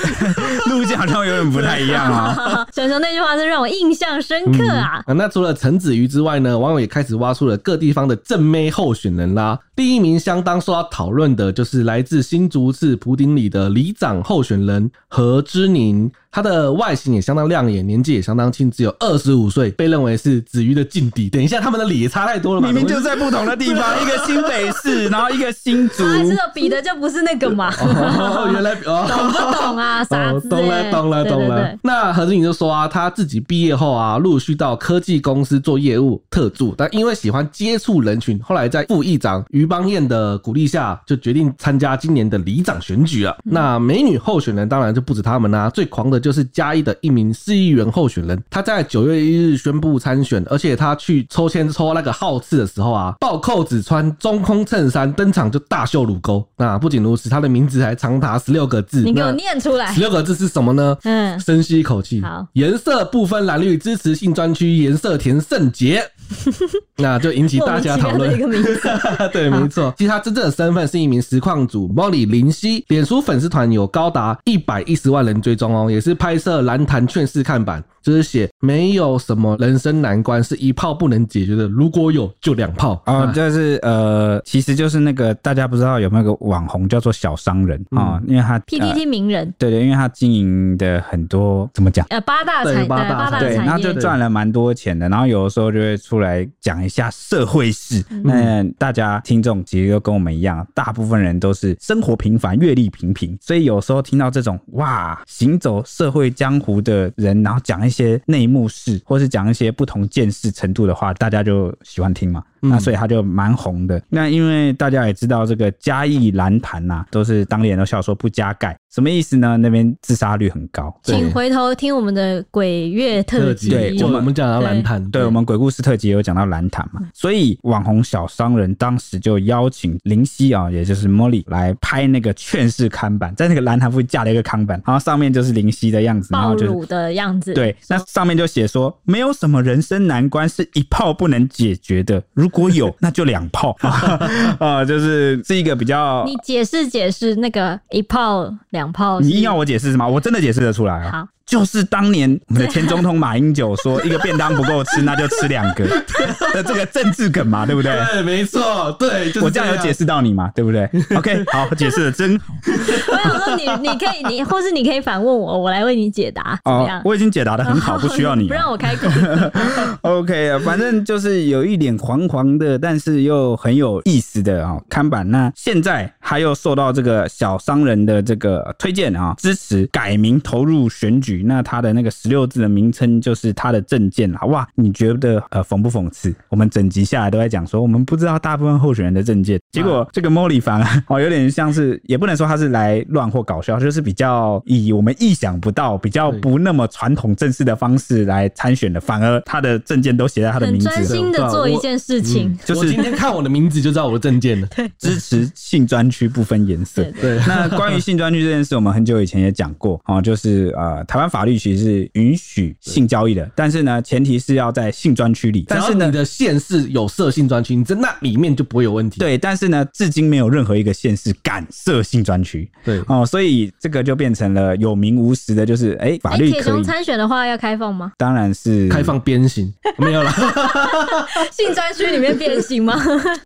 [SPEAKER 1] 路径好像有点不太一样啊。
[SPEAKER 2] 熊熊那句话是让我印象深刻啊。
[SPEAKER 3] 啊，那除了陈子瑜之外呢，网友也开始挖出了各地方的正妹候选人啦。第一名相当受到讨论的就是来自新竹市普鼎里的里长候选人何之宁，她的外形也相当亮眼，年纪也相当轻，只有二十五岁，被认为是子瑜的劲敌。等一下，他们的脸也差太多了吧？
[SPEAKER 1] [laughs] 明明
[SPEAKER 3] 怎
[SPEAKER 1] 就
[SPEAKER 3] 么
[SPEAKER 1] 在不同的地方，一个新北市， [laughs] 然后一个新竹
[SPEAKER 2] 他。啊知道比的就不是那个嘛， [laughs]
[SPEAKER 3] 会。哦，原来哦，
[SPEAKER 2] 懂不懂啊？傻
[SPEAKER 3] 哦
[SPEAKER 2] 子、欸，
[SPEAKER 3] 懂了，懂了，
[SPEAKER 2] 对
[SPEAKER 3] 懂。
[SPEAKER 2] 对
[SPEAKER 3] 了
[SPEAKER 2] 对。
[SPEAKER 3] 那何志颖就说啊，他自己毕业后啊，陆续到科技公司做业务特助，但因为喜欢接触人群，后来在副议长于邦彦的鼓励下，就决定参加今年的里长选举啊。
[SPEAKER 2] 嗯
[SPEAKER 3] 那美女候选人当然就不止他们啦、啊最狂的就是嘉义的一名市议员候选人，他在九月一日宣布参选，而且他去抽签抽那个号次的时候啊，暴扣只穿中空衬衫登场就大秀乳沟。那不仅如此，他的名字还长达十六个字，
[SPEAKER 2] 你给我
[SPEAKER 3] 那
[SPEAKER 2] 念出来
[SPEAKER 3] 十。六个字是什么呢？
[SPEAKER 2] 哎嗯，
[SPEAKER 3] 深吸一口气。
[SPEAKER 2] 好
[SPEAKER 3] 颜色不分蓝绿，支持性专区，颜色田圣杰，
[SPEAKER 2] [laughs]
[SPEAKER 3] 那就引起
[SPEAKER 2] 莫
[SPEAKER 3] 大
[SPEAKER 2] 名
[SPEAKER 3] 家
[SPEAKER 2] 其
[SPEAKER 3] 讨
[SPEAKER 2] 妙的
[SPEAKER 3] 论 [laughs]
[SPEAKER 2] 一。个名字。
[SPEAKER 3] 对，
[SPEAKER 2] 好
[SPEAKER 3] 没错。其实他真正的身份是一名实况主 Molly 林夕，脸书粉丝团有高达一百一十万人追踪哦，也是拍摄蓝坛劝世看板，就是写没有什么人生难关是一炮不能解决的，如果有就两炮
[SPEAKER 1] 啊、
[SPEAKER 3] 啊
[SPEAKER 1] 就是呃，其实就是那个大家不知道有没有个网红叫做小商人啊、因为他
[SPEAKER 2] PTT 名人，
[SPEAKER 1] 对对，因为他经营的很多怎么讲？
[SPEAKER 2] 呃，八大产
[SPEAKER 3] 对八大
[SPEAKER 2] 八
[SPEAKER 3] 产
[SPEAKER 2] 大
[SPEAKER 1] 对，然后
[SPEAKER 2] 产
[SPEAKER 1] 就
[SPEAKER 2] 业。
[SPEAKER 1] 赚了蛮多钱的，然后有的时候就会出来讲一下社会事。
[SPEAKER 2] 嗯
[SPEAKER 1] 那大家听众其实都跟我们一样，大部分人都是生活平凡、阅历平平，所以有时候听到这种哇，行走社会江湖的人，然后讲一些内幕事，或是讲一些不同见识程度的话，大家就喜欢听嘛。
[SPEAKER 2] 嗯
[SPEAKER 1] 那所以他就蛮红的。那因为大家也知道，这个嘉义蓝坛呐、都是当地人都笑说不加盖，什么意思呢？那边自杀率很高，
[SPEAKER 3] 对
[SPEAKER 2] 请回头听我们的鬼月特
[SPEAKER 3] 特辑，
[SPEAKER 2] 辑。
[SPEAKER 1] 对
[SPEAKER 3] 就
[SPEAKER 1] 我们
[SPEAKER 3] 我们讲到蓝坛，
[SPEAKER 1] 对我们鬼故事特辑也有讲到蓝毯
[SPEAKER 2] 嗯
[SPEAKER 1] 嘛，所以网红小商人当时就邀请林夕啊、也就是 Molly 来拍那个劝世看板，在那个蓝毯附近架了一个看板，然后上面就是林夕的样子，然
[SPEAKER 2] 暴
[SPEAKER 1] 后就是
[SPEAKER 2] 乳的样子，
[SPEAKER 1] 对，那上面就写说，没有什么人生难关是一炮不能解决的，如果
[SPEAKER 2] [laughs]
[SPEAKER 1] 有那就两炮 [laughs] 啊、就是是一个比较
[SPEAKER 2] 你。解释解释那个一炮两炮是，
[SPEAKER 1] 你硬要我解释什么？我真的解释得出来啊、
[SPEAKER 2] 好
[SPEAKER 1] 就是当年我们的前总统马英九说，一个便当不够吃，那就吃两
[SPEAKER 2] [laughs]
[SPEAKER 1] 个的这个政治梗嘛，对不对？
[SPEAKER 3] 对，没错，对，就是啊
[SPEAKER 1] 我这样有解释到你嘛，对不对
[SPEAKER 3] [laughs]
[SPEAKER 1] ？OK，好，解释的真好
[SPEAKER 2] 我想说你你可以你，或是你可以反问我，我来为你解答，怎么样？
[SPEAKER 1] 啊 [laughs] 我已经解答的很好，不需要你啊
[SPEAKER 2] [laughs] 不
[SPEAKER 1] 了。
[SPEAKER 2] 让我开口。
[SPEAKER 1] OK 啊，反正就是有一点黄黄的，但是又很有意思的啊、看板。那现在他又受到这个小商人的这个推荐啊、支持，改名投入选举。那他的那个十六字的名称就是他的证件啦。哇，你觉得呃讽不讽刺？我们整集下来都在讲说，我们不知道大部分候选人的证件，结果这个莫里反而哦，有点像是，也不能说他是来乱或搞笑，就是比较以我们意想不到、比较
[SPEAKER 3] 对
[SPEAKER 1] 不那么传统正式的方式来参选的，反而他的证件都写在他的
[SPEAKER 2] 很
[SPEAKER 1] 名
[SPEAKER 2] 专
[SPEAKER 1] 字，
[SPEAKER 2] 心的做一件事情，
[SPEAKER 1] 嗯就是
[SPEAKER 3] 我今天看我的名字就知道我的证件了。
[SPEAKER 1] [laughs] 支持性专区不分颜色
[SPEAKER 2] 对。
[SPEAKER 3] 对，
[SPEAKER 1] 那关于性专区这件事，我们很久以前也讲过啊、哦，就是呃，台湾法律其实是允许性交易的，但是呢，前提是要在性专区里。但是
[SPEAKER 3] 只要
[SPEAKER 1] 呢
[SPEAKER 3] 你，的县市有色性专区，你在那里面就不会有问题。
[SPEAKER 1] 对，但是呢，至今没有任何一个县市敢设性专区
[SPEAKER 3] 对，
[SPEAKER 1] 哦，所以这个就变成了有名无实的，就是哎、法
[SPEAKER 2] 哎，
[SPEAKER 1] 律
[SPEAKER 2] 铁
[SPEAKER 1] 可
[SPEAKER 2] 雄
[SPEAKER 1] 以，
[SPEAKER 2] 参选的话要开放 [laughs] 吗？
[SPEAKER 1] 当然是
[SPEAKER 3] 开。放鞭
[SPEAKER 1] [laughs]
[SPEAKER 3] 刑没有啦，
[SPEAKER 2] 性专区里面变性吗？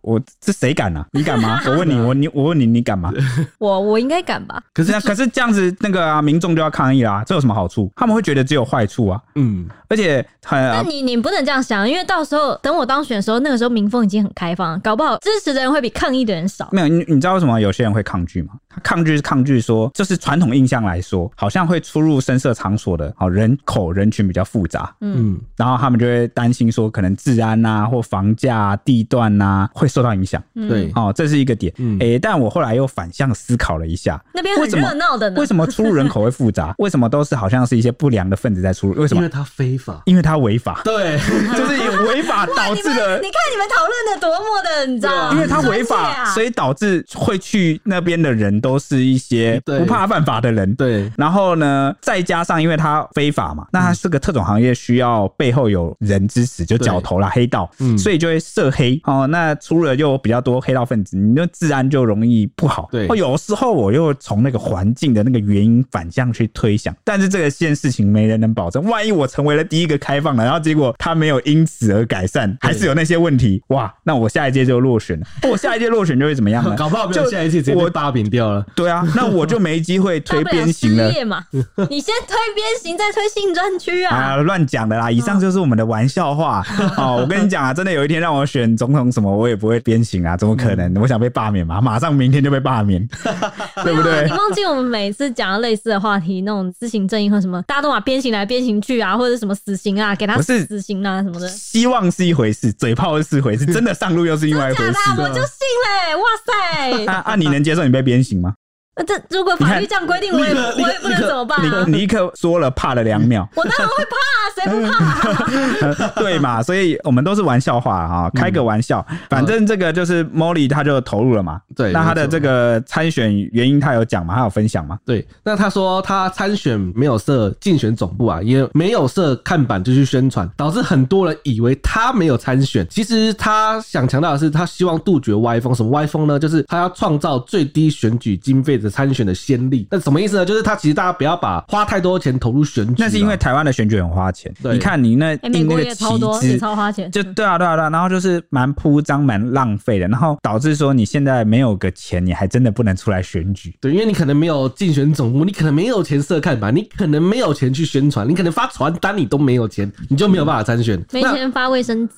[SPEAKER 1] 我这谁敢啊？你敢吗？我问你，我你我问你，你敢吗？
[SPEAKER 2] [laughs] 我我应该敢吧？
[SPEAKER 1] 可是可是这样子，那个啊，民众就要抗议啦、这有什么好处？他们会觉得只有坏处啊，
[SPEAKER 3] 嗯，
[SPEAKER 1] 而且很、啊
[SPEAKER 2] 那你你不能这样想，因为到时候等我当选的时候，那个时候民风已经很开放，搞不好支持的人会比抗议的人少。
[SPEAKER 1] 没有，你你知道为什么有些人会抗拒吗？他抗拒是抗拒说，就是传统印象来说，好像会出入声色场所的，好人口人群比较复杂，
[SPEAKER 3] 嗯，
[SPEAKER 1] 然后他们就会担心说，可能治安呐、或房价、啊、地段呐、会受到影响。
[SPEAKER 2] 嗯
[SPEAKER 3] 对，
[SPEAKER 1] 哦，这是一个点。诶、
[SPEAKER 3] 嗯
[SPEAKER 1] 但我后来又反向思考了一下，
[SPEAKER 2] 那边很
[SPEAKER 1] 为什么
[SPEAKER 2] 热闹的呢
[SPEAKER 1] 为。什么出入人口会复杂？为什么都是好像是一些不良的分子在出入？为什
[SPEAKER 3] 因
[SPEAKER 1] 么
[SPEAKER 3] 为？它非法。
[SPEAKER 1] 因为它违法，
[SPEAKER 3] 对，
[SPEAKER 2] [laughs]
[SPEAKER 1] 就是以违法导
[SPEAKER 2] 你
[SPEAKER 1] 致
[SPEAKER 2] 们
[SPEAKER 1] 了
[SPEAKER 2] 你看你们讨论的多么的，你知道吗？
[SPEAKER 1] 因为他违
[SPEAKER 2] 专业
[SPEAKER 1] 法，
[SPEAKER 2] 啊
[SPEAKER 1] 所以导致会去那边的人都是一些
[SPEAKER 3] 对
[SPEAKER 1] 不怕犯法的人。 [laughs]
[SPEAKER 3] 对，
[SPEAKER 1] 然后呢，再加上因为他非法嘛，那他
[SPEAKER 3] 嗯
[SPEAKER 1] 这个特种行业需要背后有人支持，就角头啦、黑道，
[SPEAKER 3] 嗯
[SPEAKER 1] 所以就会涉黑哦。那出了就比较多黑道分子，你那治安就容易不好。
[SPEAKER 3] 对
[SPEAKER 1] 哦，有时候我又从那个环境的那个原因反向去推想，但是这个件事情没人能保证。万一我成为了第一个开放的，然后结果他没有因此而改善，还是有那些问题，哇，那我下一届就落选了。我下一届落选就会怎么样呢？
[SPEAKER 3] [laughs] 搞不好没有
[SPEAKER 1] 就
[SPEAKER 3] 下一次直接
[SPEAKER 1] 我
[SPEAKER 3] 被霸屏掉了。
[SPEAKER 1] 对啊，那我就没
[SPEAKER 3] [laughs]
[SPEAKER 1] 机会
[SPEAKER 2] 大
[SPEAKER 1] 推
[SPEAKER 2] 不了
[SPEAKER 1] 鞭
[SPEAKER 2] 失
[SPEAKER 1] 刑了。
[SPEAKER 2] 业
[SPEAKER 1] [laughs]
[SPEAKER 2] 嘛，你先推鞭刑，再推性专区啊。
[SPEAKER 1] 啊，乱讲的啦！以上就是我们的玩
[SPEAKER 2] [laughs]
[SPEAKER 1] 笑话哦。我跟你讲啊，真的有一天让我选总统什么，我也不会鞭刑啊，怎么可
[SPEAKER 2] 嗯
[SPEAKER 1] 能？我想被罢免嘛，马上明天就被
[SPEAKER 2] [laughs]
[SPEAKER 1] 罢免，对
[SPEAKER 2] 没有
[SPEAKER 1] 不
[SPEAKER 2] 啊
[SPEAKER 1] 对
[SPEAKER 2] 你？忘记我们每次讲到类似的话题，那种自行正义和什么，大家都把鞭刑来鞭刑去啊，或者什么死刑啊，给他
[SPEAKER 1] 不是
[SPEAKER 2] 死刑啊什么的。
[SPEAKER 1] 希望是一回事，嘴炮是一
[SPEAKER 2] [laughs]
[SPEAKER 1] 回事，真的上路又是另外一回
[SPEAKER 2] 假的啊，我
[SPEAKER 1] 事。
[SPEAKER 2] 就信嘞！哇塞，
[SPEAKER 1] 啊啊！你能接受你被鞭刑
[SPEAKER 2] [laughs]
[SPEAKER 1] 吗？
[SPEAKER 2] 那这
[SPEAKER 3] [laughs]
[SPEAKER 2] 如果法律这样规定，我也
[SPEAKER 3] 你看
[SPEAKER 2] 我也不能怎么办啊
[SPEAKER 1] 你？你立刻说了，怕了两
[SPEAKER 2] [laughs]，
[SPEAKER 1] 秒呃
[SPEAKER 2] 我当然会怕，谁不
[SPEAKER 3] [laughs]
[SPEAKER 2] 怕？
[SPEAKER 1] 对嘛？所以我们都是玩笑话啊，
[SPEAKER 2] 嗯
[SPEAKER 1] 开个玩笑。反正这个就是 Molly，他就投入了嘛。
[SPEAKER 3] 对
[SPEAKER 1] 那他的
[SPEAKER 3] 没错
[SPEAKER 1] 这个参选原因，他有讲嘛？他有分享嘛？
[SPEAKER 3] 对，那他说他参选没有设竞选总部啊，也没有设看板就去宣传，导致很多人以为他没有参选。其实他想强调的是，他希望杜绝歪风。什么歪风呢？就是他要创造最低选举经费的参选的先例。那什么意思呢？就是他其实大家不要把花太多钱投入选举啊，
[SPEAKER 1] 那是因为台湾的选举很花钱，
[SPEAKER 3] 对
[SPEAKER 1] 你看你那
[SPEAKER 2] 哎，美
[SPEAKER 1] 订那
[SPEAKER 2] 国
[SPEAKER 1] 个
[SPEAKER 2] 也
[SPEAKER 1] 旗
[SPEAKER 2] 超多，也
[SPEAKER 1] 帜，
[SPEAKER 2] 超花钱。
[SPEAKER 1] 就对啊对啊对啊，然后就是蛮铺张蛮浪费的，然后导致说你现在没有个钱，你还真的不能出来选举。
[SPEAKER 3] 对，因为你可能没有竞选总部，你可能没有钱设看板，你可能没有钱去宣传，你可能发传单你都没有钱，你就没有办法参选。
[SPEAKER 2] 没
[SPEAKER 3] 那
[SPEAKER 2] 钱发卫生纸，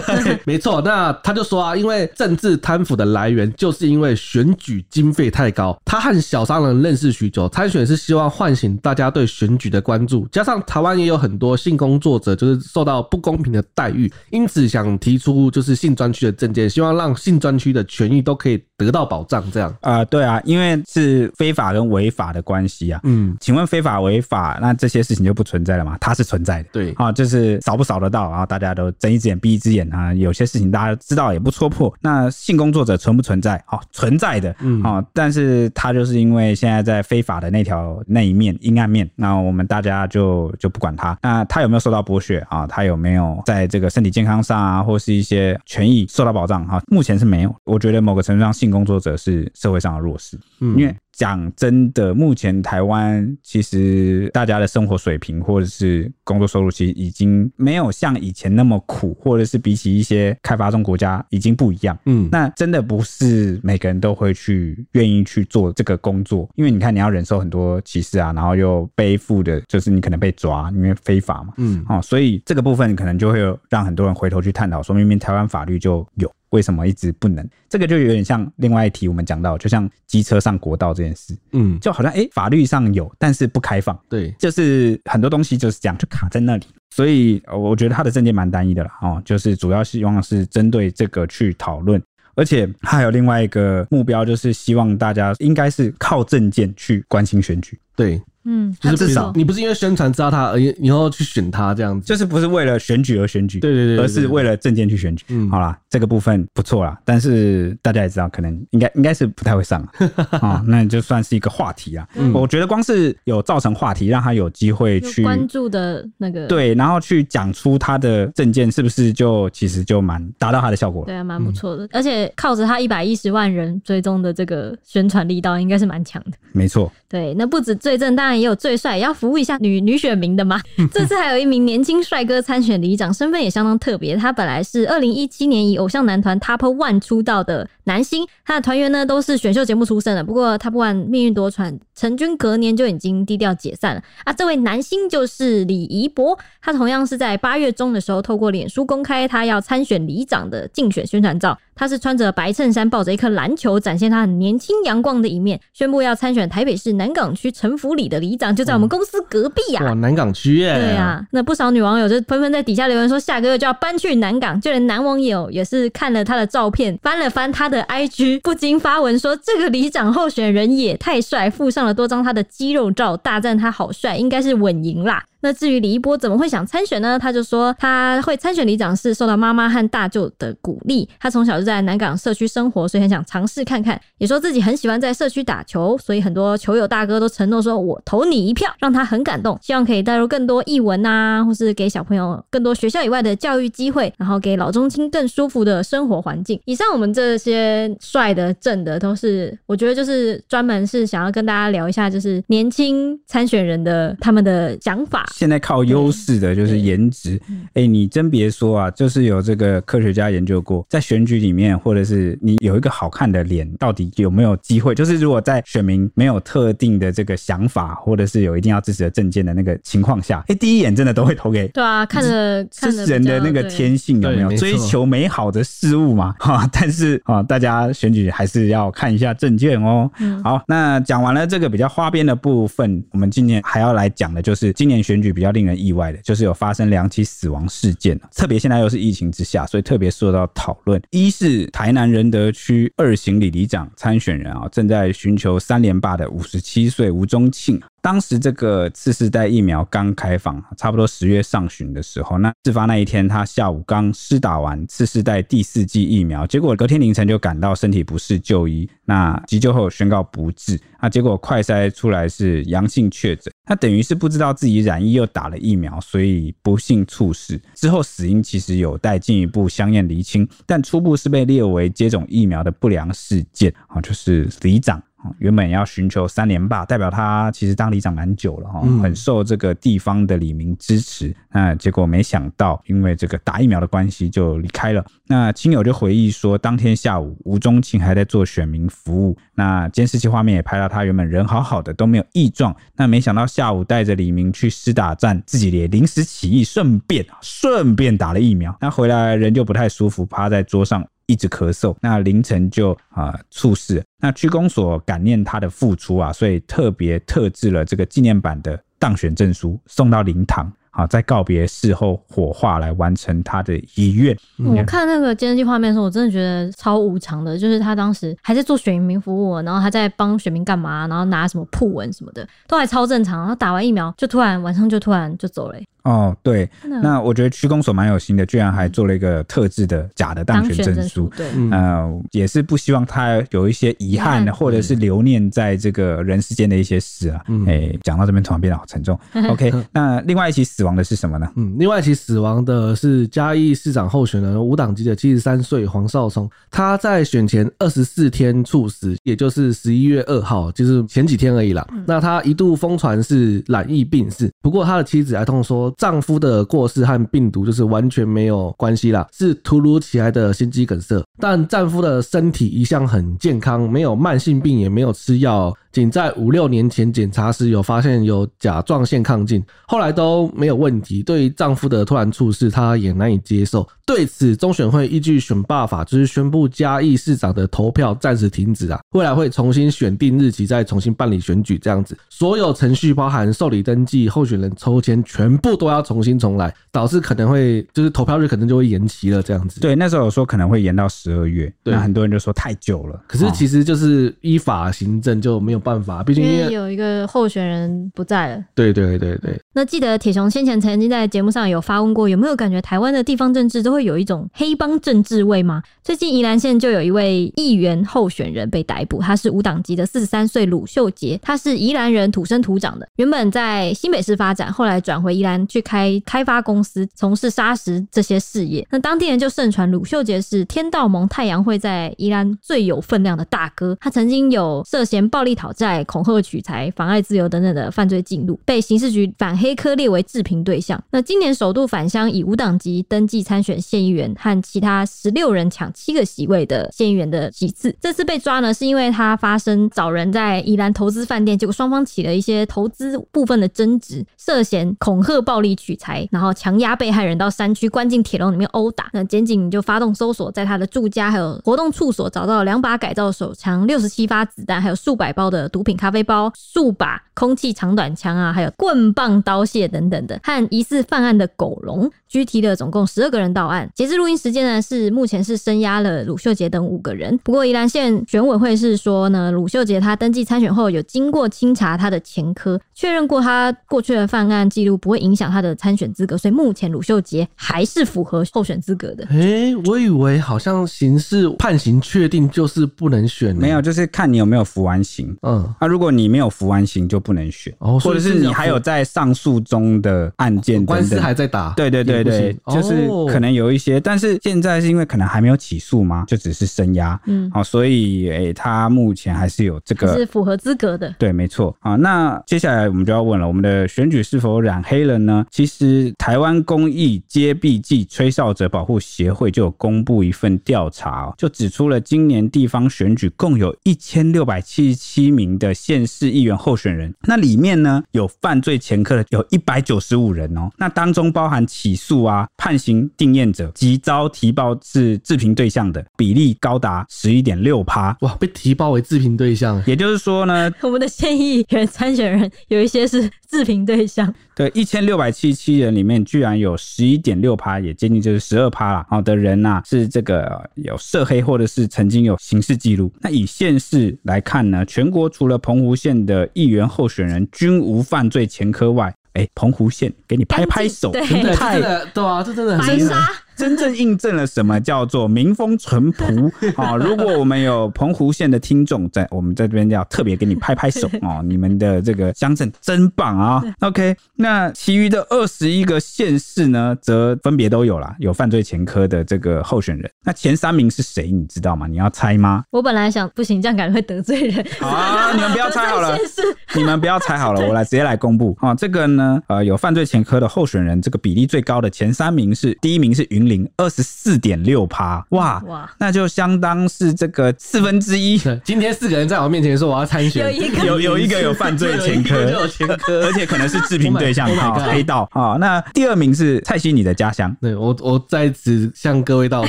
[SPEAKER 3] [laughs] 没错，那他就说啊，因为政治贪腐的来源就是因为选举经费太高。他和小商人认识许久，参选是希望唤醒大家对选举的关注，加上台湾也有很多性工作者就是受到不公平的待遇，因此想提出就是性专区的证件，希望让性专区的权益都可以得到保障。这样，
[SPEAKER 1] 啊，对啊，因为是非法跟违法的关系啊。
[SPEAKER 3] 嗯，
[SPEAKER 1] 请问非法违法，那这些事情就不存在了吗？它是存在的。
[SPEAKER 3] 对
[SPEAKER 1] 啊，就是扫不扫得到，然啊后大家都睁一只眼闭一只眼啊。有些事情大家知道也不戳破。那性工作者存不存在？哦，存在的，
[SPEAKER 3] 嗯
[SPEAKER 1] 哦，但是他就是因为现在在非法的那条那一面阴暗面，那我们大家就就不管他。那他有没有受到剥削啊？他有没有在这个身体健康上啊，或是一些权益受到保障？哈、目前是没有。我觉得某个程度上，性工作者是社会上的弱势。
[SPEAKER 3] 嗯
[SPEAKER 1] 因为讲真的，目前台湾其实大家的生活水平或者是工作收入，其实已经没有像以前那么苦，或者是比起一些开发中国家已经不一样。
[SPEAKER 3] 嗯，
[SPEAKER 1] 那真的不是每个人都会去愿意去做这个工作，因为你看你要忍受很多歧视啊，然后又背负的就是你可能被抓，因为非法嘛，
[SPEAKER 3] 嗯
[SPEAKER 1] 哦，所以这个部分可能就会有让很多人回头去探讨，说明明台湾法律就有，为什么一直不能？这个就有点像另外一题我们讲到，就像机车上国道这件事，
[SPEAKER 3] 嗯，
[SPEAKER 1] 就好像诶、法律上有，但是不开放，
[SPEAKER 3] 对，
[SPEAKER 1] 就是很多东西就是这样，就卡在那里。所以呃我觉得他的政见蛮单一的啦，哦，就是主要希望是针对这个去讨论。而且他还有另外一个目标，就是希望大家应该是靠证件去关心选举，
[SPEAKER 3] 对，
[SPEAKER 2] 嗯，
[SPEAKER 3] 就
[SPEAKER 2] 还
[SPEAKER 3] 是
[SPEAKER 2] 不
[SPEAKER 1] 至
[SPEAKER 3] 比如
[SPEAKER 1] 少
[SPEAKER 2] 错
[SPEAKER 3] 你不是因为宣传知道他，而以后去选他这样子，
[SPEAKER 1] 就是不是为了选举而选举，
[SPEAKER 3] 对对对对
[SPEAKER 1] 而是为了证件去选举。
[SPEAKER 3] 嗯
[SPEAKER 1] 好啦，这个部分不错啦，但是大家也知道，可能应该应该是不太会上啊
[SPEAKER 3] [laughs]
[SPEAKER 1] 啊，那就算是一个话题啊。
[SPEAKER 3] 嗯
[SPEAKER 1] 我觉得光是有造成话题，让他有机会
[SPEAKER 2] 有
[SPEAKER 1] 去
[SPEAKER 2] 关注的那个，
[SPEAKER 1] 对，然后去讲出他的证件是不是就其实就蛮达到他的效果了。
[SPEAKER 2] 对啊，蛮不错
[SPEAKER 3] 嗯
[SPEAKER 2] 的。而且靠着他一百一十万人追踪的这个宣传力道，应该是蛮强的。
[SPEAKER 1] 没错，
[SPEAKER 2] 对，那不止最正，当然也有最帅，也要服务一下女女选民的嘛。这次还有一名年轻帅哥参选里长，身份也相当特别。他本来是二零一七年以偶像男团 Top One 出道的男星，他的团员呢都是选秀节目出身的。不过 Top One 命运多舛，成军隔年就已经低调解散了。啊，这位男星就是李怡博，他同样是在八月中的时候透过脸书公开他要参选里长的竞选宣传照。他是穿着白衬衫，抱着一颗篮球，展现他很年轻阳光的一面，宣布要参选台北市南港区城府里的里长，就在我们公司隔壁啊呀、
[SPEAKER 3] 哇，南港区耶，
[SPEAKER 2] 对啊，那不少女网友就纷纷在底下留言说，下个月就要搬去南港。就连男网友也是看了他的照片，翻了翻他的 IG，不禁发文说，这个里长候选人也太帅，附上了多张他的肌肉照，大赞他好帅，应该是稳赢啦。那至于李一波怎么会想参选呢？他就说他会参选里长是受到妈妈和大舅的鼓励，他从小就在南港社区生活，所以很想尝试看看。也说自己很喜欢在社区打球，所以很多球友大哥都承诺说我投你一票，让他很感动，希望可以带入更多译文啊，或是给小朋友更多学校以外的教育机会，然后给老中青更舒服的生活环境。以上我们这些帅的、正的，都是我觉得就是专门是想要跟大家聊一下，就是年轻参选人的他们的想法。
[SPEAKER 1] 现在靠优势的就是颜值。哎、你真别说啊，就是有这个科学家研究过，在选举里面，或者是你有一个好看的脸，到底有没有机会？就是如果在选民没有特定的这个想法，或者是有一定要支持的证件的那个情况下，哎、第一眼真的都会投给
[SPEAKER 2] 对啊，看着看着
[SPEAKER 1] 是人
[SPEAKER 2] 比
[SPEAKER 1] 的
[SPEAKER 2] 较
[SPEAKER 1] 那个
[SPEAKER 2] 对
[SPEAKER 1] 天性有没
[SPEAKER 3] 对
[SPEAKER 1] 有
[SPEAKER 3] 没错
[SPEAKER 1] 追求美好的事物嘛？ [laughs] 哈，但是啊，大家选举还是要看一下证件哦。
[SPEAKER 2] 嗯
[SPEAKER 1] 好，那讲完了这个比较花边的部分，我们今年还要来讲的就是今年选举比较令人意外的，就是有发生两起死亡事件，特别现在又是疫情之下，所以特别受到讨论。一是台南仁德区二行里里长参选人啊，正在寻求三连霸的五十七岁吴宗庆，当时这个次世代疫苗刚开放，差不多十月上旬的时候，那事发那一天，他下午刚施打完次世代第四剂疫苗，结果隔天凌晨就感到身体不适就医，那急救后宣告不治，那结果快筛出来是阳性确诊，他等于是不知道自己染疫又打了疫苗，所以不幸猝死。之后死因其实有待进一步相验厘清，但初步是被列为接种疫苗的不良事件啊，就是里长哦原本要寻求三连霸，代表他其实当里长蛮久了哈，哦
[SPEAKER 3] 嗯
[SPEAKER 1] 很受这个地方的李明支持。那结果没想到，因为这个打疫苗的关系就离开了。那亲友就回忆说，当天下午吴宗庆还在做选民服务，那监视器画面也拍到他原本人好好的都没有异状，那没想到下午带着李明去施打站，自己也临时起意，顺便顺便打了疫苗。那回来人就不太舒服，趴在桌上一直咳嗽，那凌晨就啊、呃猝逝。那区公所感念他的付出啊，所以特别特制了这个纪念版的当选证书，送到灵堂。好，在告别事后火化来完成他的遗愿。
[SPEAKER 2] 我看那个监视器画面的时候，我真的觉得超无常的。就是他当时还在做选民服务，然后还在帮选民干嘛，然后拿什么铺文什么的，都还超正常。然后打完疫苗就突然晚上就突然就走了、欸，
[SPEAKER 1] 哦，对，
[SPEAKER 2] 真的
[SPEAKER 1] 那我觉得区公所蛮有心的，居然还做了一个特制的假的当
[SPEAKER 2] 当
[SPEAKER 1] 选
[SPEAKER 2] 选
[SPEAKER 1] 证
[SPEAKER 2] 证
[SPEAKER 1] 书。
[SPEAKER 2] 对。
[SPEAKER 3] 嗯
[SPEAKER 1] 呃，也是不希望他有一些遗
[SPEAKER 2] 遗
[SPEAKER 1] 憾，
[SPEAKER 2] 憾
[SPEAKER 1] 或者是留念在这个人世间的一些事啊。
[SPEAKER 3] 嗯
[SPEAKER 1] 哎，讲到这边突然变得好 [laughs] 沉重。OK，那另外一起死亡的是什么呢？
[SPEAKER 3] 嗯，另外一起死亡的是嘉义市长候选人无党籍的七十三岁黄少聪，他在选前二十四天猝死，也就是十一月二号，就是前几天而已啦。那他一度疯传是染疫病逝，不过他的妻子哀痛说，丈夫的过世和病毒就是完全没有关系啦，是突如其来的心肌梗塞。但丈夫的身体一向很健康，没有慢性病，也没有吃药，仅哦在五六年前检查时有发现有甲状腺亢进，后来都没有问题。对于丈夫的突然猝逝，她也难以接受。对此，中选会依据选罢法，就是宣布嘉义市长的投票暂时停止啊，未来会重新选定日期，再重新办理选举，这样子，所有程序包含受理登记、候选人抽签，全部都要重新重来，导致可能会就是投票日可能就会延期了，这样子。
[SPEAKER 1] 对，那时候有说可能会延到十二月，
[SPEAKER 3] 对
[SPEAKER 1] 那很多人就说太久了。
[SPEAKER 3] 可是
[SPEAKER 1] 哦
[SPEAKER 3] 其实就是依法行政就没有办法，毕竟
[SPEAKER 2] 因
[SPEAKER 3] 因
[SPEAKER 2] 为
[SPEAKER 3] 为
[SPEAKER 2] 有一个候选人不在了。
[SPEAKER 3] 对对对对，
[SPEAKER 2] 那记得铁雄先前曾经在节目上有发问过，有没有感觉台湾的地方政治都会有一种黑帮政治味吗？最近宜兰县就有一位议员候选人被逮捕，他是无党籍的四十三岁鲁秀杰，他是宜兰人，土生土长的，原本在新北市发展，后来转回宜兰去开开发公司，从事砂石这些事业。那当地人就盛传鲁秀杰是天道盟太阳会在宜兰最有分量的大哥，他曾经有涉嫌暴力讨债、恐吓取财、妨碍自由等等的犯罪记录，被刑事局反黑科列为致评对象。那今年首度返乡，以无党籍登记参选县议员，和其他十六人抢七个席位的县议员的席次。这次被抓呢，是因为他发生找人在宜兰投资饭店，结果双方起了一些投资部分的争执，涉嫌恐吓、暴力取财，然后强压被害人到山区关进铁笼里面殴打。那检警就发动搜索，在他的住家还有活动处所找到两把改造手枪、六十七发子弹，还有数百包的毒品咖啡包、数把空气长短枪啊，还有棍棒、刀械等等的，和疑似犯案的狗笼，拘提了总共十二个人到案。截至录音时间呢，是目前是声押了鲁秀杰等五个人。不过宜兰县选委会是说呢，鲁秀杰他登记参选后有经过清查他的前科，确认过他过去的犯案记录不会影响他的参选资格，所以目前鲁秀杰还是符合候选资格的。
[SPEAKER 3] 诶、我以为好像刑事判刑确定就是不能选，
[SPEAKER 1] 没有，，就是看你有没有服完刑。啊
[SPEAKER 3] 嗯，
[SPEAKER 1] 那、如果你没有服完刑，就不能选，
[SPEAKER 3] 哦所
[SPEAKER 1] 或
[SPEAKER 3] 以
[SPEAKER 1] 者是
[SPEAKER 3] 是哦
[SPEAKER 1] 你
[SPEAKER 3] 有
[SPEAKER 1] 还有在上诉中的案件
[SPEAKER 3] 官
[SPEAKER 1] 等
[SPEAKER 3] 司
[SPEAKER 1] 等。
[SPEAKER 3] 还在打，
[SPEAKER 1] 对对对
[SPEAKER 3] 也
[SPEAKER 1] 对，
[SPEAKER 3] 不行
[SPEAKER 1] 就是
[SPEAKER 3] 哦
[SPEAKER 1] 可能有一些，但是现在是因为可能还没有起诉嘛，就只是声押，
[SPEAKER 2] 嗯，
[SPEAKER 1] 好、所以诶、他目前还是有这
[SPEAKER 2] 还是
[SPEAKER 1] 个。
[SPEAKER 2] 符合资格的。
[SPEAKER 1] 对，没错啊。那接下来我们就要问了，我们的选举是否染黑了呢？其实台湾公益揭弊暨吹哨者保护协会就有公布一份调查、哦，就指出了今年地方选举共有一千六百七十七名的县市议员候选人，那里面呢有犯罪前科的有一百九十五人哦，那当中包含起诉啊、判刑定验者及遭提报是致评对象的比例高达十一点六趴。
[SPEAKER 3] 哇，被提报为自评对象，
[SPEAKER 1] 也就是说呢，
[SPEAKER 2] [laughs] 我们的县议员参选人有一些是自评对象，
[SPEAKER 1] 对，一千六百七十七人里面，居然有十一点六趴，也接近就是十二趴啦。哦好的人呐、是这个呃有涉黑或者是曾经有刑事记录。那以县市来看呢，全国除了澎湖县的议员候选人均无犯罪前科外，哎，澎湖县给你拍拍手，
[SPEAKER 2] 干净
[SPEAKER 1] 真
[SPEAKER 2] 对
[SPEAKER 3] 对，
[SPEAKER 1] 的
[SPEAKER 3] 这
[SPEAKER 1] 太
[SPEAKER 3] 真的对啊，这真的
[SPEAKER 2] 白
[SPEAKER 3] 很厉害
[SPEAKER 2] 沙
[SPEAKER 1] 真正印证了什么叫做民风淳朴啊、如果我们有澎湖县的听众在，我们在这边要特别给你拍拍手哦，你们的这个乡镇真棒啊、OK，那其余的二十一个县市呢，则分别都有啦，有犯罪前科的这个候选人。那前三名是谁？你知道吗？你要猜吗？
[SPEAKER 2] 我本来想不行，这样感觉会得罪人。
[SPEAKER 1] 好、 [laughs] 啊，你们不要猜好了。
[SPEAKER 2] 得罪县市
[SPEAKER 1] [laughs] 你们不要猜好了，我来直接来公布啊、这个呢，呃，有犯罪前科的候选人，这个比例最高的前三名是，第一名是云林，二十四点六趴，哇
[SPEAKER 2] 哇
[SPEAKER 1] 那就相当是这个四分
[SPEAKER 3] [laughs]
[SPEAKER 1] 之一，
[SPEAKER 3] 对，今天四个人在我面前说我要参选，
[SPEAKER 2] 有一个
[SPEAKER 1] 有有一个有犯罪前科
[SPEAKER 3] 有一个就有前科，
[SPEAKER 1] [laughs] 而且可能是致评
[SPEAKER 3] Oh my-
[SPEAKER 1] 对象
[SPEAKER 3] Oh my
[SPEAKER 1] 啊、
[SPEAKER 3] God
[SPEAKER 1] 黑道啊、那第二名是蔡西你的家乡，
[SPEAKER 3] 对我我在此向各位道
[SPEAKER 2] [laughs]
[SPEAKER 1] 哎、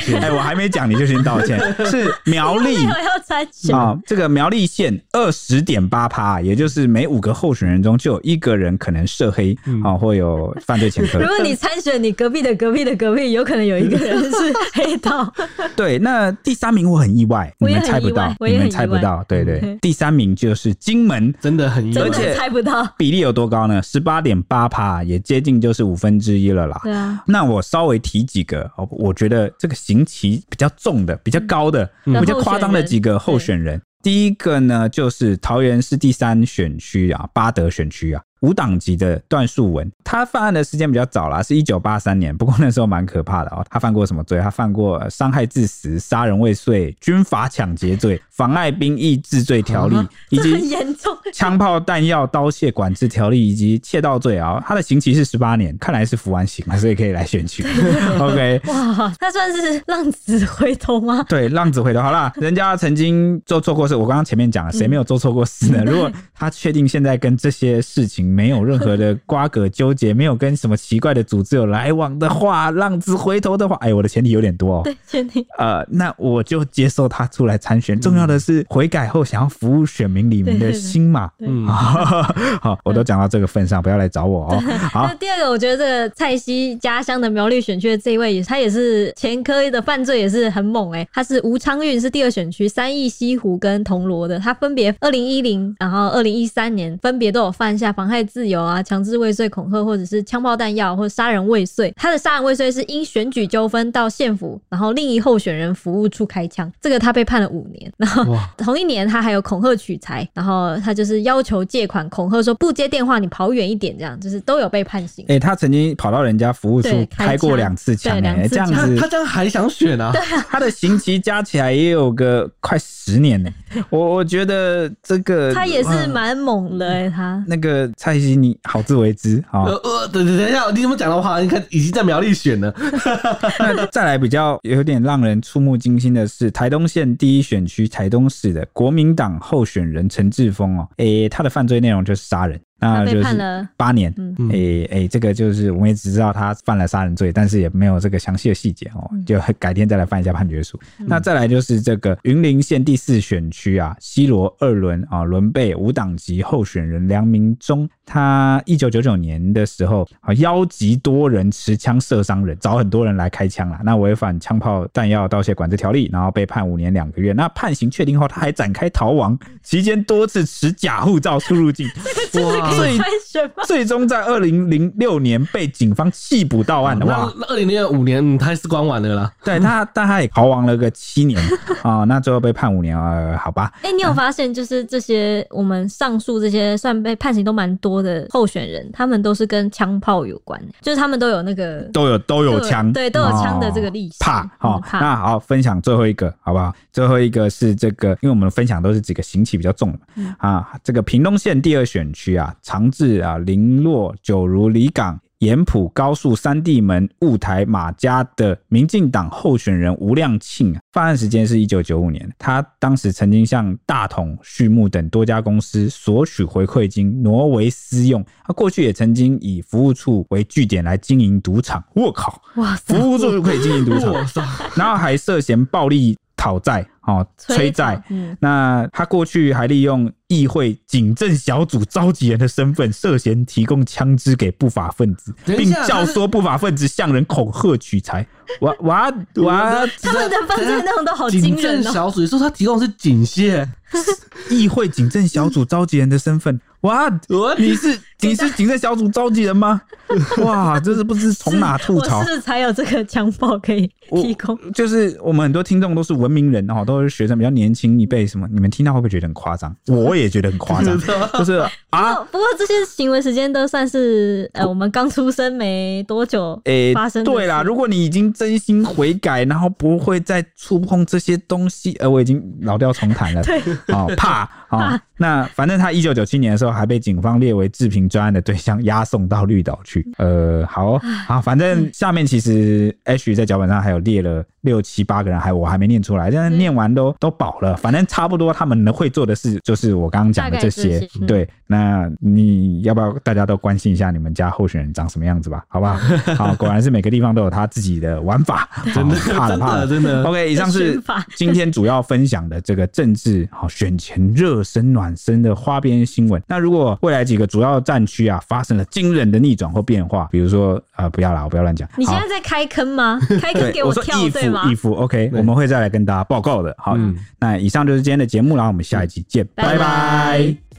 [SPEAKER 3] 歉，
[SPEAKER 1] 我还没讲你就先道歉，是苗栗。
[SPEAKER 2] 没有要参选，
[SPEAKER 1] 啊、这个苗栗县二十点八趴，也就是每五个候选人中就有一个人可能涉黑啊、或有犯罪前科。
[SPEAKER 2] 嗯 [laughs] 如果你参选，你隔壁的隔壁的隔壁有可能有一个人是黑
[SPEAKER 1] [laughs]
[SPEAKER 2] 道，
[SPEAKER 1] 对，那第三名我很意外，
[SPEAKER 2] 我
[SPEAKER 1] 你
[SPEAKER 2] 也
[SPEAKER 1] 们
[SPEAKER 2] 很
[SPEAKER 1] 猜不
[SPEAKER 2] 意外
[SPEAKER 1] 到，
[SPEAKER 2] 我
[SPEAKER 1] 你
[SPEAKER 2] 也
[SPEAKER 1] 们
[SPEAKER 2] 很
[SPEAKER 1] 猜
[SPEAKER 2] 意
[SPEAKER 1] 不
[SPEAKER 2] 外
[SPEAKER 1] 到，对对
[SPEAKER 2] 嗯，
[SPEAKER 1] 第三名就是金门。
[SPEAKER 3] 真的很意外
[SPEAKER 2] 真
[SPEAKER 1] 而且
[SPEAKER 2] 的猜不到。
[SPEAKER 1] 比例有多高呢？十八点八趴，也接近就是五分之一了啦。
[SPEAKER 2] 对啊，
[SPEAKER 1] 那我稍微提几个，哦，我觉得这个刑期比较重的、比较高的、
[SPEAKER 2] 嗯
[SPEAKER 1] 比较夸张的几个候选人。第一个呢，就是桃园市第三选区啊，八德选区啊，无党籍的段树文，他犯案的时间比较早啦，是一九八三年，不过那时候蛮可怕的哦。他犯过什么罪？他犯过呃伤害致死、杀人未遂、军法抢劫罪、妨碍兵役治罪条例
[SPEAKER 3] 啊》
[SPEAKER 1] 以
[SPEAKER 2] 这很
[SPEAKER 1] 及
[SPEAKER 2] 严重。
[SPEAKER 1] 枪炮弹药刀械管制条例以及窃盗罪啊，他的刑期是十八年，看来是服完刑了，所以可以来
[SPEAKER 2] [laughs]
[SPEAKER 1] 选举。OK，
[SPEAKER 2] 哇，那算是浪子回头吗？ [laughs]
[SPEAKER 1] 对，浪子回头好啦，人家曾经做错过事，我刚刚前面讲了，谁没有做错过事
[SPEAKER 2] [laughs]
[SPEAKER 1] 呢？如果他确定现在跟这些事情没有任何的瓜葛纠结，没有跟什么奇怪的组织有来往的话，浪子回头的话，哎，我的前提有点多哦。
[SPEAKER 2] 对，确定。
[SPEAKER 1] 呃，那我就接受他出来参选。重要的是悔改后想要服务选民里面的心嘛。
[SPEAKER 2] 嗯对
[SPEAKER 3] 嗯，
[SPEAKER 1] [laughs] 好，我
[SPEAKER 2] 嗯
[SPEAKER 1] 都讲到这个份上，不要来找
[SPEAKER 2] [laughs]
[SPEAKER 1] 我哦。好
[SPEAKER 2] 那，第二个，我觉得这个蔡西家乡的苗栗选区的这一位，他也是前科的犯罪也是很猛哎、他是吴昌运，是第二选区三义、西湖跟铜锣的，他分别二零一零，然后二零一三年分别都有犯下妨害自由啊、强制未遂、恐吓或者是枪炮弹药或者杀人未遂。他的杀人未遂是因选举纠纷到县府，然后另一候选人服务处开枪，这个他被判了五年。然后
[SPEAKER 3] 哇，
[SPEAKER 2] 同一年，他还有恐吓取财，然后他就是要求借款，恐吓说不接电话，你跑远一点，这样就是都有被判刑。
[SPEAKER 1] 哎、他曾经跑到人家服务处
[SPEAKER 2] 对
[SPEAKER 1] 开
[SPEAKER 2] 开
[SPEAKER 1] 过
[SPEAKER 2] 枪
[SPEAKER 1] 两次枪、
[SPEAKER 2] 对
[SPEAKER 1] 哎，
[SPEAKER 2] 两次
[SPEAKER 1] 这样
[SPEAKER 3] 他
[SPEAKER 1] 子
[SPEAKER 2] [laughs]
[SPEAKER 3] 他这样还想选啊？
[SPEAKER 1] 他的刑期加起来也有个快十年
[SPEAKER 2] [laughs]
[SPEAKER 1] 呢、我我觉得这个
[SPEAKER 2] 他也是
[SPEAKER 1] 嗯
[SPEAKER 2] 蛮猛的、欸，他
[SPEAKER 1] 那个蔡徐你好自为之
[SPEAKER 2] [laughs]
[SPEAKER 1] 啊。
[SPEAKER 3] 呃呃，等等等一下，你怎么讲的话？你看已经在苗栗选了，
[SPEAKER 1] 那再来比较有点让人触目惊心的是，台东县第一选区台东市的国民党候选人陈志峰哦，诶、他的犯罪内容就是杀人，那
[SPEAKER 2] 他被
[SPEAKER 1] 啊就
[SPEAKER 2] 判
[SPEAKER 1] 是
[SPEAKER 2] 了
[SPEAKER 1] 八年。
[SPEAKER 2] 嗯
[SPEAKER 1] 诶诶、这个就是我们也只知道他犯了杀人罪，但是也没有这个详细的细节哦，就改天再来翻一下判决书。那再来就是这个云林县第四选区啊，西罗二轮啊，轮被无党籍候选人梁明忠，他一九九九年的时候啊，邀集多人持枪射伤人，找很多人来开枪啦。那违反枪炮弹药盗窃管制条例，然后被判五年两个月。那判刑确定后，他还展开逃亡，期间多次持假护照出入境。
[SPEAKER 2] [laughs]
[SPEAKER 3] 哇
[SPEAKER 1] 所以
[SPEAKER 2] 算什 [laughs] 么？
[SPEAKER 1] 最终在二零零六年被警方缉捕到案了，哇！
[SPEAKER 2] 哦
[SPEAKER 3] 那二零零五年嗯他还是关完了啦。
[SPEAKER 1] 对
[SPEAKER 2] 嗯
[SPEAKER 1] 他，但他也逃亡了个七
[SPEAKER 2] [laughs]
[SPEAKER 1] 年啊、那最后被判五年呃，好吧，
[SPEAKER 2] 哎、你有发现就是这些我们上述这些算被判刑都蛮多的候选人，他们都是跟枪炮有关，就是他们都有那个
[SPEAKER 1] 都有都有枪，
[SPEAKER 2] 对都有枪的这个历史
[SPEAKER 1] 怕
[SPEAKER 2] 嗯
[SPEAKER 1] 哦
[SPEAKER 2] 怕
[SPEAKER 1] 那好，分享最后一个好不好？最后一个是这个，因为我们分享都是几个刑期比较重的嘛、
[SPEAKER 2] 嗯
[SPEAKER 1] 啊，这个屏东县第二选区啊，长治啊、林洛、九如、里港。盐埔、高速、三地门、雾台、马家的民进党候选人吴亮庆啊，犯案时间是一九九五年。他当时曾经向大同、畜牧等多家公司索取回馈金，挪为私用。他过去也曾经以服务处为据点来经营赌场。我靠，
[SPEAKER 2] 哇塞，
[SPEAKER 1] 服务处就可以经营
[SPEAKER 2] [laughs]
[SPEAKER 1] 赌场，
[SPEAKER 3] 我操！
[SPEAKER 1] 然后还涉嫌暴力讨债、哦催债
[SPEAKER 2] 草，嗯，
[SPEAKER 1] 那他过去还利用议会警政小组召集人的身份，涉嫌提供枪支给不法分子，
[SPEAKER 3] 等一
[SPEAKER 1] 并
[SPEAKER 3] 下
[SPEAKER 1] 教唆不法分子向人恐吓取财。我
[SPEAKER 3] [laughs]
[SPEAKER 1] 我我，
[SPEAKER 2] 他们的犯罪内容都好惊
[SPEAKER 3] 警
[SPEAKER 2] 人
[SPEAKER 3] 政
[SPEAKER 2] 哦、
[SPEAKER 3] 小组说他提供的是警械，
[SPEAKER 1] 议会警政小组召集人的身份，哇，
[SPEAKER 3] 我
[SPEAKER 1] 你是你是警政小组召集人吗？哇，这是不知从哪吐槽
[SPEAKER 2] 我？是才有这个枪炮可以提供。
[SPEAKER 1] 就是我们很多听众都是文明人哦，都是学生比较年轻一辈，什么你们听到会不会觉得很夸张？我也觉得很夸张，就是啊，
[SPEAKER 2] 哦不过这些行为时间都算是呃，我们刚出生没多久
[SPEAKER 1] 诶、
[SPEAKER 2] 发生的事、
[SPEAKER 1] 对啦，如果你已经真心悔改，然后不会再触碰这些东西，呃，我已经老调重
[SPEAKER 2] [laughs]
[SPEAKER 1] 弹了，哦，怕哦。那反正他一九九七年的时候还被警方列为制评专案的对象，押送到绿岛去。呃，好、哦、好，反
[SPEAKER 2] 嗯
[SPEAKER 1] 正下面其实 H 在脚本上还有列了六七八个人，还我还没念出来，但是
[SPEAKER 2] 嗯
[SPEAKER 1] 念完都都饱了，反正差不多他们能会做的事就是我刚刚讲
[SPEAKER 2] 大
[SPEAKER 1] 的
[SPEAKER 2] 概
[SPEAKER 1] 这
[SPEAKER 2] 这
[SPEAKER 1] 些
[SPEAKER 2] 些，嗯
[SPEAKER 1] 对。对，那你要不要大家都关心一下你们家候选人长什么样子吧？
[SPEAKER 3] [laughs]
[SPEAKER 1] 好不好？好，果然是每个地方都有他自己的玩法，真的怕了
[SPEAKER 3] 真
[SPEAKER 1] 怕
[SPEAKER 3] 的
[SPEAKER 1] 了。
[SPEAKER 3] 真的
[SPEAKER 1] OK，以上是
[SPEAKER 2] 选法
[SPEAKER 1] 今天主要分享的这个政治好选前热身暖身的花边新闻。那如果未来几个主要战区啊发生了惊人的逆转或变化，比如说呃不要啦，我不要乱讲。
[SPEAKER 2] 你现
[SPEAKER 1] 好
[SPEAKER 2] 在在开坑吗？开坑
[SPEAKER 1] 哦对，
[SPEAKER 2] 给
[SPEAKER 1] 我说
[SPEAKER 2] 跳
[SPEAKER 1] 一
[SPEAKER 2] 对吗
[SPEAKER 1] 服一？服，OK，
[SPEAKER 3] 对嗯
[SPEAKER 1] 我们会再来跟大家报告的。好，那以上就是今天的节目啦，我们下一集见，
[SPEAKER 2] 拜
[SPEAKER 1] 拜拜
[SPEAKER 2] 拜